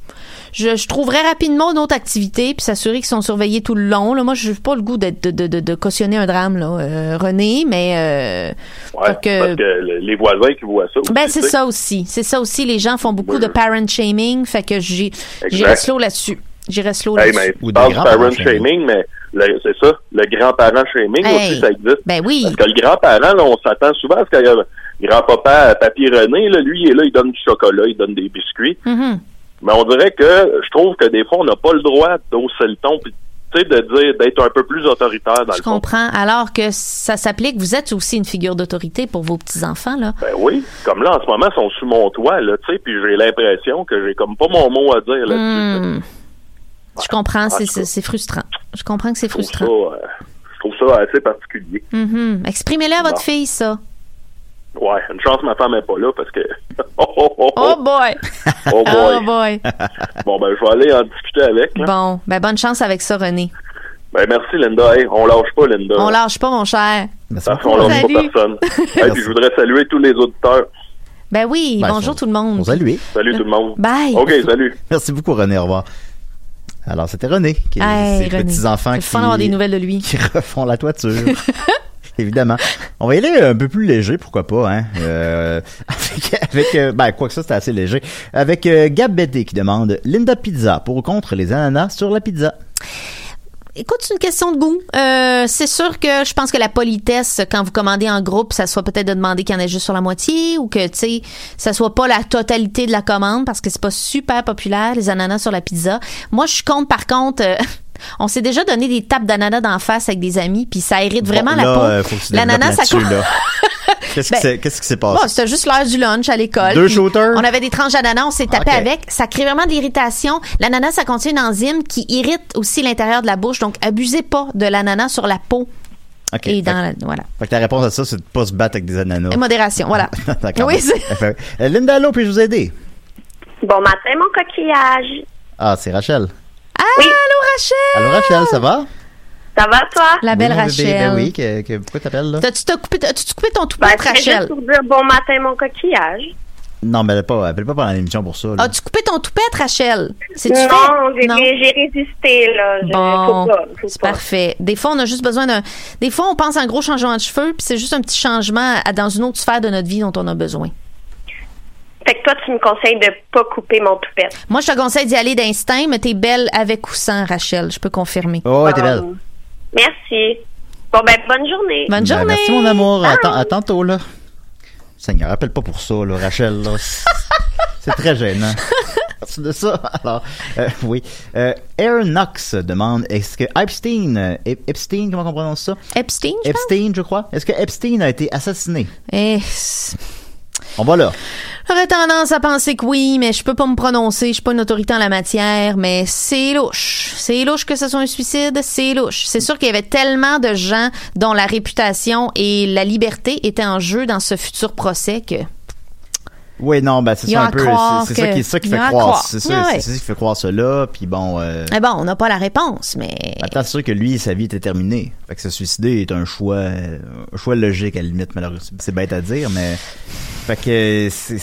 [SPEAKER 6] je- je trouverais rapidement une autre activité puis s'assurer qu'ils sont surveillés tout le long. Là. Moi, je n'ai pas le goût d'être- de, de, de, de cautionner un drame, là, euh, René, mais euh,
[SPEAKER 14] Ouais,
[SPEAKER 6] donc, euh,
[SPEAKER 14] Parce que le- les voisins qui voient ça. aussi,
[SPEAKER 6] ben
[SPEAKER 14] tu
[SPEAKER 6] c'est
[SPEAKER 14] sais.
[SPEAKER 6] ça aussi. C'est ça aussi. Les gens font beaucoup
[SPEAKER 14] Moi,
[SPEAKER 6] de
[SPEAKER 14] je-
[SPEAKER 6] parent shaming, fait que j'ai
[SPEAKER 14] Exact.
[SPEAKER 6] j'irai slow là-dessus. J'irai slow
[SPEAKER 14] Hey, mais
[SPEAKER 6] là-dessus.
[SPEAKER 14] tu parles parent shaming, mais le- c'est ça, le grand-parent shaming
[SPEAKER 6] Hey.
[SPEAKER 14] aussi, ça existe.
[SPEAKER 6] Ben
[SPEAKER 14] [laughs]
[SPEAKER 6] oui.
[SPEAKER 14] Parce que le grand-parent, là, on s'attend souvent à ce qu'il y a grand-papa, papy René, là, lui, il est là, il donne du chocolat, il donne des biscuits.
[SPEAKER 6] Mhm.
[SPEAKER 14] Mais on dirait que je trouve que des fois, on n'a pas le droit d'hausser le ton, puis tu sais, de dire, d'être un peu plus autoritaire dans
[SPEAKER 6] Je
[SPEAKER 14] le fond.
[SPEAKER 6] comprends. Alors que ça s'applique, vous êtes aussi une figure d'autorité pour vos petits-enfants, là.
[SPEAKER 14] Ben oui, comme là, en ce moment, ils sont sous mon toit, là, tu sais, puis j'ai l'impression que j'ai comme pas mon mot à dire là-dessus.
[SPEAKER 6] Hmm. Je comprends, c'est-
[SPEAKER 14] tout cas.
[SPEAKER 6] c'est c'est frustrant. Je comprends que c'est
[SPEAKER 14] Je
[SPEAKER 6] frustrant.
[SPEAKER 14] trouve ça, euh, je trouve ça assez particulier.
[SPEAKER 6] Mhm. Exprimez-le à votre
[SPEAKER 14] Bon.
[SPEAKER 6] fille, ça.
[SPEAKER 14] Ouais, une chance ma femme n'est pas là parce que. [laughs] Oh, oh, oh,
[SPEAKER 6] Oh
[SPEAKER 14] oh.
[SPEAKER 6] boy!
[SPEAKER 14] Oh boy.
[SPEAKER 6] Oh boy!
[SPEAKER 14] Bon, ben, je vais aller en discuter avec. là.
[SPEAKER 6] Bon, ben bonne chance avec ça, René.
[SPEAKER 14] Ben, merci, Linda. Hey, on lâche pas, Linda.
[SPEAKER 6] On lâche pas, mon cher.
[SPEAKER 14] Parce qu'on Euh, lâche
[SPEAKER 6] Salut.
[SPEAKER 14] pas
[SPEAKER 6] [laughs]
[SPEAKER 14] personne. Et puis, je voudrais saluer tous les auditeurs.
[SPEAKER 6] Ben oui,
[SPEAKER 5] Ben,
[SPEAKER 6] bonjour tout le monde.
[SPEAKER 5] Salut.
[SPEAKER 6] Euh,
[SPEAKER 14] Salut tout le monde.
[SPEAKER 6] Bye. [laughs]
[SPEAKER 14] OK, salut.
[SPEAKER 5] Merci beaucoup, René. Au revoir. Alors, c'était René, qui
[SPEAKER 6] Hey,
[SPEAKER 5] ses
[SPEAKER 6] René.
[SPEAKER 5] petits-enfants
[SPEAKER 6] C'est
[SPEAKER 5] qui,
[SPEAKER 6] le fun d'avoir des nouvelles de lui.
[SPEAKER 5] qui refont la toiture. [laughs] Évidemment. On va y aller un peu plus léger, pourquoi pas, hein? Euh, avec, avec, euh, ben, quoi que ça, c'était assez léger. Avec euh, Gab Bédé qui demande Linda Pizza, pour ou contre les ananas sur la pizza?
[SPEAKER 6] Écoute, c'est une question de goût. Euh, c'est sûr que je pense que la politesse, quand vous commandez en groupe, ça soit peut-être de demander qu'il y en ait juste sur la moitié ou que, tu sais, ça soit pas la totalité de la commande parce que c'est pas super populaire, les ananas sur la pizza. Moi, je suis contre, par contre, euh, [laughs] on s'est déjà donné des tapes d'ananas d'en face avec des amis, puis ça hérite vraiment
[SPEAKER 5] Bon,
[SPEAKER 6] la
[SPEAKER 5] là,
[SPEAKER 6] peau.
[SPEAKER 5] euh, faut que tu développes
[SPEAKER 6] L'ananas, ça
[SPEAKER 5] là-dessus,
[SPEAKER 6] coûte-
[SPEAKER 5] là. Qu'est-ce
[SPEAKER 6] [laughs]
[SPEAKER 5] qui
[SPEAKER 6] Ben,
[SPEAKER 5] s'est- qu'est-ce qui s'est
[SPEAKER 6] Bon,
[SPEAKER 5] passé?
[SPEAKER 6] c'était juste l'heure du lunch à l'école.
[SPEAKER 5] Ah. Deux
[SPEAKER 6] Puis
[SPEAKER 5] shooters?
[SPEAKER 6] On avait des tranches d'ananas, on s'est tapé
[SPEAKER 5] Ok.
[SPEAKER 6] avec. Ça crée vraiment de l'irritation. L'ananas, ça contient une enzyme qui irrite aussi l'intérieur de la bouche. Donc, abusez pas de l'ananas sur la peau.
[SPEAKER 5] Ok.
[SPEAKER 6] Et dans la- voilà.
[SPEAKER 5] Fait que ta réponse à ça, c'est de pas se battre avec des ananas.
[SPEAKER 6] Et modération, voilà.
[SPEAKER 5] [laughs] D'accord.
[SPEAKER 6] Oui, c'est-
[SPEAKER 5] Enfin, euh, Linda, allô, puis-je vous aider?
[SPEAKER 15] Bon matin, mon coquillage.
[SPEAKER 5] Ah, c'est Rachel.
[SPEAKER 6] Ah, allô, Rachel!
[SPEAKER 5] Allô, Rachel, ça va?
[SPEAKER 15] Ça va, toi?
[SPEAKER 6] La belle
[SPEAKER 5] Oui, mon bébé,
[SPEAKER 6] Rachel.
[SPEAKER 5] ben oui, que, que- pourquoi t'appelles, là?
[SPEAKER 6] T'as-tu t'as coupé, t'as-tu coupé ton tout
[SPEAKER 15] Ben,
[SPEAKER 6] petit
[SPEAKER 15] c'est juste
[SPEAKER 6] Rachel?
[SPEAKER 15] pour dire bon matin, mon coquillage.
[SPEAKER 5] Non, mais elle est pas, appelle pas pendant l'émission pour ça. là.
[SPEAKER 6] As-tu coupé ton toupette, Rachel? C'est-tu fait?
[SPEAKER 15] non, j'ai j'ai résisté, là. Je-
[SPEAKER 6] Bon,
[SPEAKER 15] faut pas, faut
[SPEAKER 6] c'est
[SPEAKER 15] pas.
[SPEAKER 6] parfait. Des fois, on a juste besoin d'un. Des fois, on pense à un gros changement de cheveux, puis c'est juste un petit changement à- dans une autre sphère de notre vie dont on a besoin.
[SPEAKER 15] Fait que toi, tu me conseilles de pas couper mon toupette.
[SPEAKER 6] Moi, je te conseille d'y aller d'instinct, mais t'es belle avec ou sans, Rachel. Je peux confirmer.
[SPEAKER 5] Oh, ouais, t'es belle.
[SPEAKER 15] Merci. Bon, ben, bonne journée.
[SPEAKER 6] Bonne
[SPEAKER 5] Ben,
[SPEAKER 6] journée.
[SPEAKER 5] merci, mon amour. À, tant- à tantôt, là. Seigneur, appelle pas pour ça, là, Rachel. là. C'est- C'est
[SPEAKER 6] [laughs]
[SPEAKER 5] très gênant. Merci de ça. Alors, euh, oui. Euh, Aaron Knox demande est-ce que Epstein, euh, Ep- Epstein, comment on prononce ça
[SPEAKER 6] Epstein, je
[SPEAKER 5] Epstein, je crois. Est-ce que Epstein a été assassiné
[SPEAKER 6] Eh,
[SPEAKER 5] On va là.
[SPEAKER 6] J'aurais tendance à penser que oui, mais je peux pas me prononcer. Je suis pas une autorité en la matière, mais c'est louche. C'est louche que ce soit un suicide. C'est louche. C'est sûr qu'il y avait tellement de gens dont la réputation et la liberté étaient en jeu dans ce futur procès que. eh
[SPEAKER 5] Oui, non, ben c'est
[SPEAKER 6] Il y a
[SPEAKER 5] ça
[SPEAKER 6] à
[SPEAKER 5] un peu.
[SPEAKER 6] croire
[SPEAKER 5] C'est c'est ça
[SPEAKER 6] que-
[SPEAKER 5] qui, ça qui
[SPEAKER 6] il y
[SPEAKER 5] fait
[SPEAKER 6] a à
[SPEAKER 5] croire.
[SPEAKER 6] croire.
[SPEAKER 5] C'est ça,
[SPEAKER 6] Ah ouais.
[SPEAKER 5] c'est ça qui fait croire cela. Puis bon. euh,
[SPEAKER 6] Eh bon, on n'a pas la réponse, mais.
[SPEAKER 5] Attends, c'est sûr que lui, sa vie était terminée. Fait que se suicider est un choix, euh, un choix logique à la limite, malheureusement. C'est bête à dire, mais. Fait que c'est.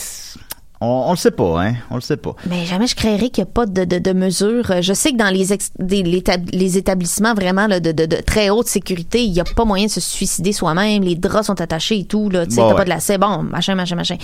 [SPEAKER 5] On, on le sait pas, hein. On le sait pas.
[SPEAKER 6] Mais jamais je créerais qu'il n'y a pas de, de, de mesures. Euh, Je sais que dans les, ex- des- les tab- les établissements vraiment là, de, de- de très haute sécurité, il n'y a pas moyen de se suicider soi-même. Les draps sont attachés et tout. Là, tu sais,
[SPEAKER 5] Bon,
[SPEAKER 6] t'as
[SPEAKER 5] ouais.
[SPEAKER 6] pas de lacet. Bon, machin, machin, machin.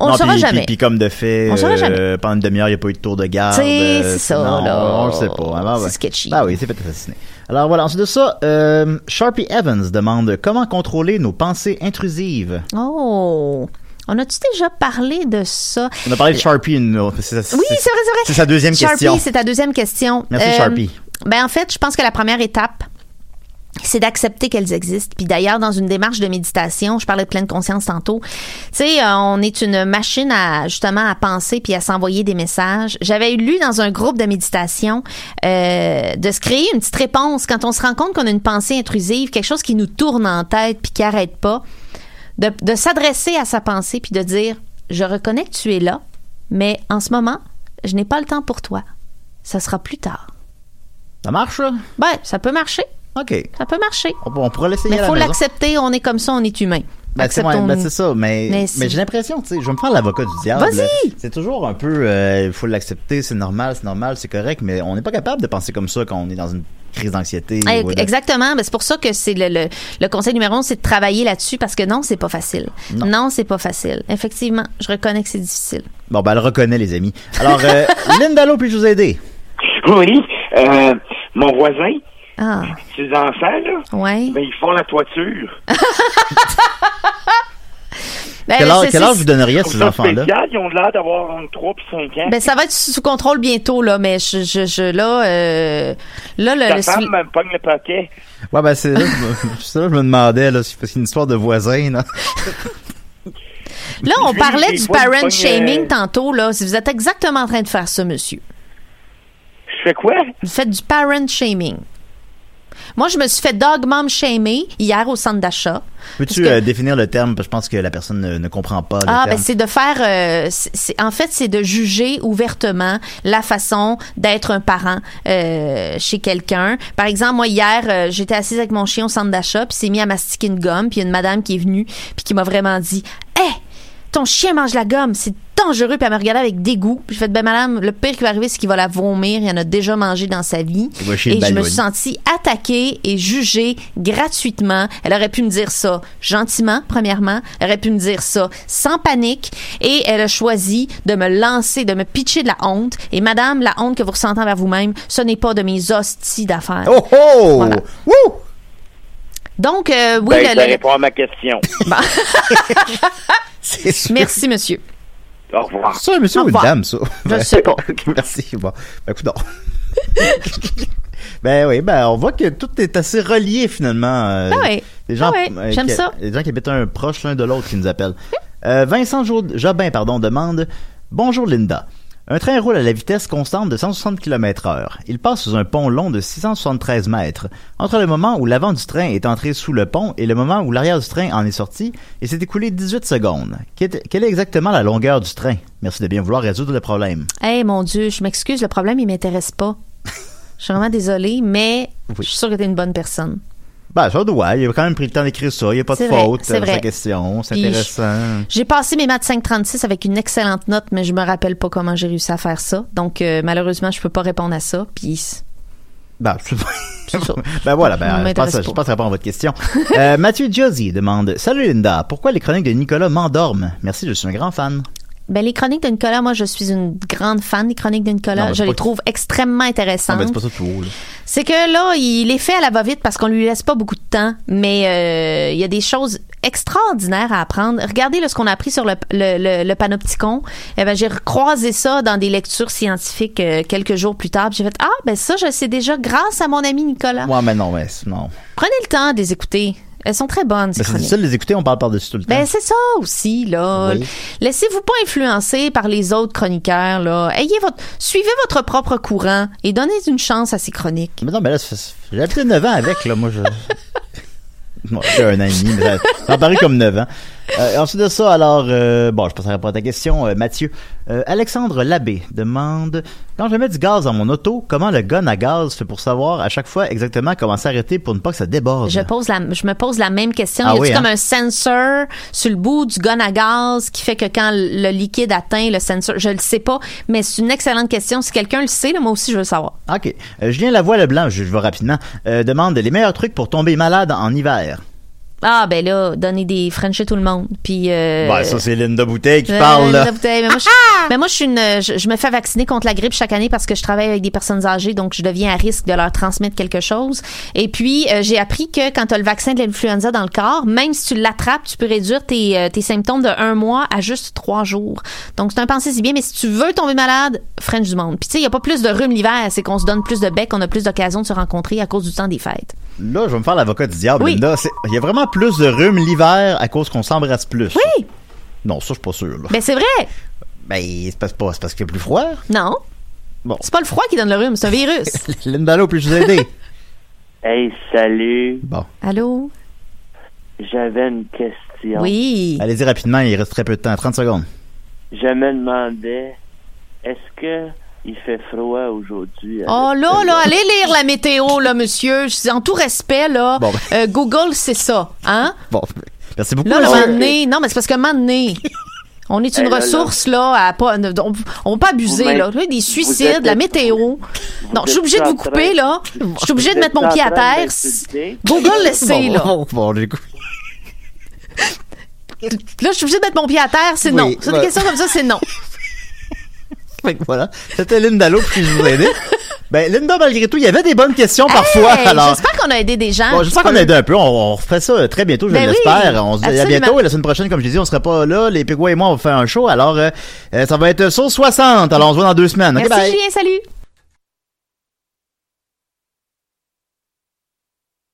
[SPEAKER 6] On
[SPEAKER 5] Non,
[SPEAKER 6] le saura
[SPEAKER 5] puis-
[SPEAKER 6] jamais.
[SPEAKER 5] Puis, puis comme de fait, euh,
[SPEAKER 6] On le saura jamais.
[SPEAKER 5] pendant une demi-heure, il n'y a pas eu de tour de garde.
[SPEAKER 6] Tu sais, c'est
[SPEAKER 5] euh,
[SPEAKER 6] ça,
[SPEAKER 5] non,
[SPEAKER 6] là.
[SPEAKER 5] On, on le sait pas. Ah,
[SPEAKER 6] C'est
[SPEAKER 5] ouais.
[SPEAKER 6] sketchy.
[SPEAKER 5] Ah oui, c'est fait assassiner. Alors voilà, ensuite de ça, euh, Sharpie Evans demande comment contrôler nos pensées intrusives.
[SPEAKER 6] Oh! On a-tu déjà parlé de ça?
[SPEAKER 5] On a parlé de Sharpie une autre. Oui, c'est
[SPEAKER 6] Oui, c'est vrai, c'est vrai.
[SPEAKER 5] C'est sa deuxième
[SPEAKER 6] Sharpie,
[SPEAKER 5] question.
[SPEAKER 6] c'est ta deuxième question. Euh,
[SPEAKER 5] Merci, Sharpie.
[SPEAKER 6] Ben, en fait, je pense que la première étape, c'est d'accepter qu'elles existent. Puis d'ailleurs, dans une démarche de méditation, je parlais de pleine conscience tantôt, tu sais, euh, on est une machine à justement à penser puis à s'envoyer des messages. J'avais lu dans un groupe de méditation euh, de se créer une petite réponse quand on se rend compte qu'on a une pensée intrusive, quelque chose qui nous tourne en tête puis qui arrête pas, de, de s'adresser à sa pensée puis de dire, je reconnais que tu es là, mais en ce moment, je n'ai pas le temps pour toi. Ça sera plus tard.
[SPEAKER 5] Ça marche, ça?
[SPEAKER 6] Ben, ça peut marcher.
[SPEAKER 5] OK.
[SPEAKER 6] Ça peut marcher.
[SPEAKER 5] On, on pourra l'essayer
[SPEAKER 6] Mais
[SPEAKER 5] à la
[SPEAKER 6] faut
[SPEAKER 5] maison.
[SPEAKER 6] l'accepter, on est comme ça, on est humain.
[SPEAKER 5] Ben, c'est ouais,
[SPEAKER 6] Acceptons-
[SPEAKER 5] ben, c'est ça, mais,
[SPEAKER 6] Mais
[SPEAKER 5] mais,
[SPEAKER 6] si.
[SPEAKER 5] j'ai l'impression, tu sais, je vais me faire l'avocat du diable.
[SPEAKER 6] Vas-y!
[SPEAKER 5] C'est toujours un peu, il faut l'accepter, c'est normal, c'est normal, c'est correct, mais on n'est pas capable de penser comme ça quand on est dans une crise d'anxiété.
[SPEAKER 6] Eh,
[SPEAKER 5] ou de-
[SPEAKER 6] Exactement. Ben, c'est pour ça que c'est le, le- le conseil numéro un, c'est de travailler là-dessus parce que non, c'est pas facile. Non, c'est pas facile. Effectivement, je reconnais que c'est difficile.
[SPEAKER 5] Bon, ben, elle reconnaît, les amis. Alors,
[SPEAKER 6] [laughs]
[SPEAKER 5] euh, Lindalo, puis-je vous aider?
[SPEAKER 6] Eh,
[SPEAKER 16] Oui, euh, mon voisin,
[SPEAKER 6] Ah,
[SPEAKER 16] ses enfants, là,
[SPEAKER 6] ouais.
[SPEAKER 16] ben, ils font la toiture.
[SPEAKER 6] Ben,
[SPEAKER 5] Quel âge-
[SPEAKER 6] c'est-
[SPEAKER 5] quel
[SPEAKER 6] c'est-
[SPEAKER 5] âge vous donneriez à ces
[SPEAKER 16] Ça,
[SPEAKER 5] enfants-là?
[SPEAKER 16] spécial, ils ont l'air d'avoir entre 3 et 5 ans.
[SPEAKER 6] Ben, ça va être sous contrôle bientôt, là, mais je, je, je- là, euh, là, le,
[SPEAKER 16] Ta
[SPEAKER 6] le
[SPEAKER 16] femme
[SPEAKER 6] sou-
[SPEAKER 16] me pogne le paquet.
[SPEAKER 5] Ouais, ben, c'est là, je me- [laughs] c'est là que je me demandais, là, si- parce qu'il y a une histoire de voisin, là.
[SPEAKER 6] là, on
[SPEAKER 16] Lui,
[SPEAKER 6] parlait
[SPEAKER 16] des
[SPEAKER 6] du
[SPEAKER 16] fois, il
[SPEAKER 6] parent
[SPEAKER 16] pogne,
[SPEAKER 6] shaming
[SPEAKER 16] euh,
[SPEAKER 6] tantôt, là. Si vous êtes exactement en train de faire ça, monsieur.
[SPEAKER 16] Je fais quoi?
[SPEAKER 6] Vous faites du parent shaming. Moi, je me suis fait dog mom shamer hier au centre d'achat.
[SPEAKER 5] Peux-tu euh, définir le terme? Parce que je pense que la personne ne, ne comprend pas le
[SPEAKER 6] Ah,
[SPEAKER 5] terme.
[SPEAKER 6] ben c'est de faire. euh, c'est- c'est- en fait, c'est de juger ouvertement la façon d'être un parent euh, chez quelqu'un. Par exemple, moi hier, euh, j'étais assise avec mon chien au centre d'achat, puis il s'est mis à mastiquer une gomme, puis il y a une madame qui est venue, puis qui m'a vraiment dit, hé, ton chien mange la gomme, c'est dangereux, puis elle me regardait avec dégoût. Puis je fais, ben madame, le pire qui va arriver, c'est qu'il va la vomir, il en a déjà mangé dans sa vie.
[SPEAKER 5] Il va chier
[SPEAKER 6] Et
[SPEAKER 5] le
[SPEAKER 6] je me
[SPEAKER 5] ballon.
[SPEAKER 6] suis sentie attaquée et jugée gratuitement. Elle aurait pu me dire ça gentiment, premièrement. Elle aurait pu me dire ça sans panique. Et elle a choisi de me lancer, de me pitcher de la honte. Et madame, la honte que vous ressentez envers vous-même, ce n'est pas de mes hosties d'affaires.
[SPEAKER 5] Oh, oh!
[SPEAKER 6] Voilà.
[SPEAKER 5] Wouh!
[SPEAKER 6] Donc, euh, oui,
[SPEAKER 16] ben,
[SPEAKER 6] le-
[SPEAKER 16] ça [laughs]
[SPEAKER 6] le-
[SPEAKER 16] répond à ma question.
[SPEAKER 6] merci, monsieur.
[SPEAKER 16] Au revoir.
[SPEAKER 5] Ça, un monsieur
[SPEAKER 6] Au
[SPEAKER 5] ou une
[SPEAKER 6] revoir.
[SPEAKER 5] dame, ça? Ben,
[SPEAKER 6] Je sais pas.
[SPEAKER 5] [laughs] Ok, Merci. Bon. Ben, écoute, non. [laughs] ben oui, ben on voit que tout est assez relié finalement. euh,
[SPEAKER 6] Ah ouais.
[SPEAKER 5] des gens,
[SPEAKER 6] Ah ouais,
[SPEAKER 5] euh,
[SPEAKER 6] j'aime
[SPEAKER 5] qui-
[SPEAKER 6] ça.
[SPEAKER 5] Des gens qui habitent un proche l'un de l'autre qui
[SPEAKER 6] [laughs]
[SPEAKER 5] nous appellent. Euh, Vincent Jo- Jobin, pardon, demande Bonjour Linda. Un train roule à la vitesse constante de 160 km/h. Il passe sous un pont long de 673 mètres. Entre le moment où l'avant du train est entré sous le pont et le moment où l'arrière du train en est sorti, il s'est écoulé 18 secondes. Qu'est- Quelle est exactement la longueur du train? Merci de bien vouloir résoudre le problème.
[SPEAKER 6] Eh mon Dieu, je m'excuse, le problème, il m'intéresse pas. Je suis vraiment désolée, mais je suis sûre que tu es une bonne personne.
[SPEAKER 5] Ben, ça doit. Il a quand même pris le temps d'écrire ça. Il n'y a pas de
[SPEAKER 6] C'est vrai,
[SPEAKER 5] faute
[SPEAKER 6] c'est
[SPEAKER 5] euh, sur
[SPEAKER 6] vrai.
[SPEAKER 5] la question. C'est
[SPEAKER 6] Puis
[SPEAKER 5] intéressant.
[SPEAKER 6] J'ai passé mes maths 536 avec une excellente note, mais je me rappelle pas comment j'ai réussi à faire ça. Donc, euh, malheureusement, je peux pas répondre à ça. Puis,
[SPEAKER 5] Ben, je- [laughs] ben voilà,
[SPEAKER 6] Ça
[SPEAKER 5] ben, je
[SPEAKER 6] m'intéresse
[SPEAKER 5] pense,
[SPEAKER 6] pas.
[SPEAKER 5] je pense répondre à votre question. Euh, [laughs] Mathieu Giozzi demande Salut Linda, pourquoi les chroniques de Nicolas m'endorment Merci, je suis un grand fan.
[SPEAKER 6] ben, les chroniques de Nicolas, moi, je suis une grande fan des chroniques de Nicolas.
[SPEAKER 5] Non, mais
[SPEAKER 6] je
[SPEAKER 5] pas
[SPEAKER 6] les
[SPEAKER 5] que-
[SPEAKER 6] trouve extrêmement
[SPEAKER 5] Ah,
[SPEAKER 6] intéressantes.
[SPEAKER 5] ben, c'est pas ça tout haut, là.
[SPEAKER 6] C'est que là, il est fait à la va-vite parce qu'on lui laisse pas beaucoup de temps, mais euh, il y a des choses extraordinaires à apprendre. Regardez là, ce qu'on a appris sur le, le, le- le panopticon. Eh ben, j'ai recroisé ça dans des lectures scientifiques euh, quelques jours plus tard. puis J'ai fait ah ben ça je le sais déjà grâce à mon ami Nicolas.
[SPEAKER 5] Ouais, mais non, mais c'est- non.
[SPEAKER 6] Prenez le temps de les écouter. Elles sont très bonnes ces
[SPEAKER 5] Ben, c'est
[SPEAKER 6] chroniques.
[SPEAKER 5] difficile de les écouter, on parle par-dessus tout le temps.
[SPEAKER 6] Ben, c'est ça aussi, là.
[SPEAKER 5] Oui.
[SPEAKER 6] Laissez-vous pas influencer par les autres chroniqueurs, là. Ayez votre, suivez votre propre courant et donnez une chance à ces chroniques.
[SPEAKER 5] Mais non, mais là, ça fait- j'ai habité 9 ans avec, là, moi, [laughs] je... Bon, j'ai un an et demi, mais ça- ça m'a paru comme 9 ans. Euh, ensuite de ça, alors, euh, bon, je passerai répondre à ta question, euh, Mathieu. Euh, Alexandre Labbé demande « Quand je mets du gaz dans mon auto, comment le gun à gaz fait pour savoir à chaque fois exactement comment s'arrêter pour ne pas que ça déborde? »
[SPEAKER 6] Je, pose la, je me pose la même question.
[SPEAKER 5] Ah
[SPEAKER 6] y a-t-il
[SPEAKER 5] oui,
[SPEAKER 6] comme
[SPEAKER 5] hein?
[SPEAKER 6] un sensor sur le bout du gun à gaz qui fait que quand le liquide atteint le sensor, je le sais pas, mais c'est une excellente question. Si quelqu'un le sait, là, moi aussi, je veux le savoir.
[SPEAKER 5] OK. Euh, Julien Lavoie Leblanc, je, je vais rapidement, euh, demande les meilleurs trucs pour tomber malade en hiver.
[SPEAKER 6] Ah, ben là, donner des French à tout le monde. Puis. euh,
[SPEAKER 5] Ben, ça, c'est Linda Bouteille qui
[SPEAKER 6] euh,
[SPEAKER 5] parle, là.
[SPEAKER 6] la bouteille. Mais moi, je, mais moi, je suis une, je, je me fais vacciner contre la grippe chaque année parce que je travaille avec des personnes âgées, donc je deviens à risque de leur transmettre quelque chose. Et puis, euh, j'ai appris que quand tu as le vaccin de l'influenza dans le corps, même si tu l'attrapes, tu peux réduire tes, euh, tes symptômes de un mois à juste trois jours. Donc, c'est un pensée si bien, mais si tu veux tomber malade, French du monde. Puis, tu sais, il n'y a pas plus de rhume l'hiver, c'est qu'on se donne plus de bec, on a plus d'occasions de se rencontrer à cause du temps des fêtes.
[SPEAKER 5] Là, je vais me faire l'avocat du diable,
[SPEAKER 6] Oui.
[SPEAKER 5] Linda. C'est- Il y a vraiment plus de rhume l'hiver à cause qu'on s'embrasse plus.
[SPEAKER 6] Oui!
[SPEAKER 5] Non, ça, je suis pas sûr. Là.
[SPEAKER 6] Ben, c'est vrai!
[SPEAKER 5] Ben, c'est parce, pas- c'est parce qu'il fait
[SPEAKER 6] [laughs]
[SPEAKER 5] plus froid.
[SPEAKER 6] Non!
[SPEAKER 5] Bon.
[SPEAKER 6] C'est pas le froid qui donne le rhume, c'est un virus.
[SPEAKER 5] Linda, là, puis-je vous aider?
[SPEAKER 17] Hey, salut.
[SPEAKER 5] [laughs] Bon.
[SPEAKER 6] Allô?
[SPEAKER 17] J'avais une question.
[SPEAKER 6] Oui.
[SPEAKER 5] Allez-y rapidement, il reste très peu de temps, 30 secondes.
[SPEAKER 17] Je me demandais, est-ce que Il fait froid aujourd'hui.
[SPEAKER 6] Oh là, là, allez lire la météo, là, monsieur. Je dis, En tout respect, là,
[SPEAKER 5] Bon, ben.
[SPEAKER 6] euh, Google, c'est ça. Hein?
[SPEAKER 5] Bon, merci beaucoup.
[SPEAKER 6] Là, le
[SPEAKER 5] Laurent.
[SPEAKER 6] moment donné, non, mais c'est parce que un moment donné, on est une
[SPEAKER 5] Hey, là, là.
[SPEAKER 6] ressource, là, à pas, ne- on, on peut pas abuser,
[SPEAKER 17] Vous m'in-
[SPEAKER 6] là. Tu sais, Des
[SPEAKER 17] vous
[SPEAKER 6] suicides,
[SPEAKER 17] êtes-
[SPEAKER 6] la météo. Non, je suis
[SPEAKER 17] êtes
[SPEAKER 6] obligée de
[SPEAKER 17] en
[SPEAKER 6] vous
[SPEAKER 17] train-
[SPEAKER 6] couper, là. Je suis obligée de
[SPEAKER 17] vous
[SPEAKER 6] mettre mon
[SPEAKER 17] êtes
[SPEAKER 6] pied
[SPEAKER 17] en
[SPEAKER 6] à
[SPEAKER 17] train
[SPEAKER 6] terre.
[SPEAKER 17] d'insulter.
[SPEAKER 6] Google,
[SPEAKER 5] [laughs]
[SPEAKER 6] laissez,
[SPEAKER 5] Bon,
[SPEAKER 6] là.
[SPEAKER 5] Bon, bon, du coup.
[SPEAKER 6] Là, je suis obligée de mettre mon pied à terre, c'est
[SPEAKER 5] Oui,
[SPEAKER 6] non. C'est
[SPEAKER 5] bah-
[SPEAKER 6] des questions comme ça, c'est non.
[SPEAKER 5] [laughs] Fait que voilà. C'était Linda Lowe puis je
[SPEAKER 6] [laughs]
[SPEAKER 5] vous aidais. Ben, Linda, malgré tout, il y avait des bonnes questions [laughs] parfois.
[SPEAKER 6] Hey,
[SPEAKER 5] alors,
[SPEAKER 6] J'espère qu'on a aidé des gens.
[SPEAKER 5] Bon, j'espère qu'on a aidé un peu. On, on refait ça euh, très bientôt, je
[SPEAKER 6] Ben oui,
[SPEAKER 5] l'espère. on se dit à
[SPEAKER 6] absolument.
[SPEAKER 5] bientôt. Et la semaine prochaine, comme je l'ai dit, on sera pas là. Les Pégois et moi, on va faire un show. Alors, euh, euh, ça va être sur 60. Alors, on se voit dans deux semaines. Ok,
[SPEAKER 6] Merci,
[SPEAKER 5] bye.
[SPEAKER 6] Julien, salut.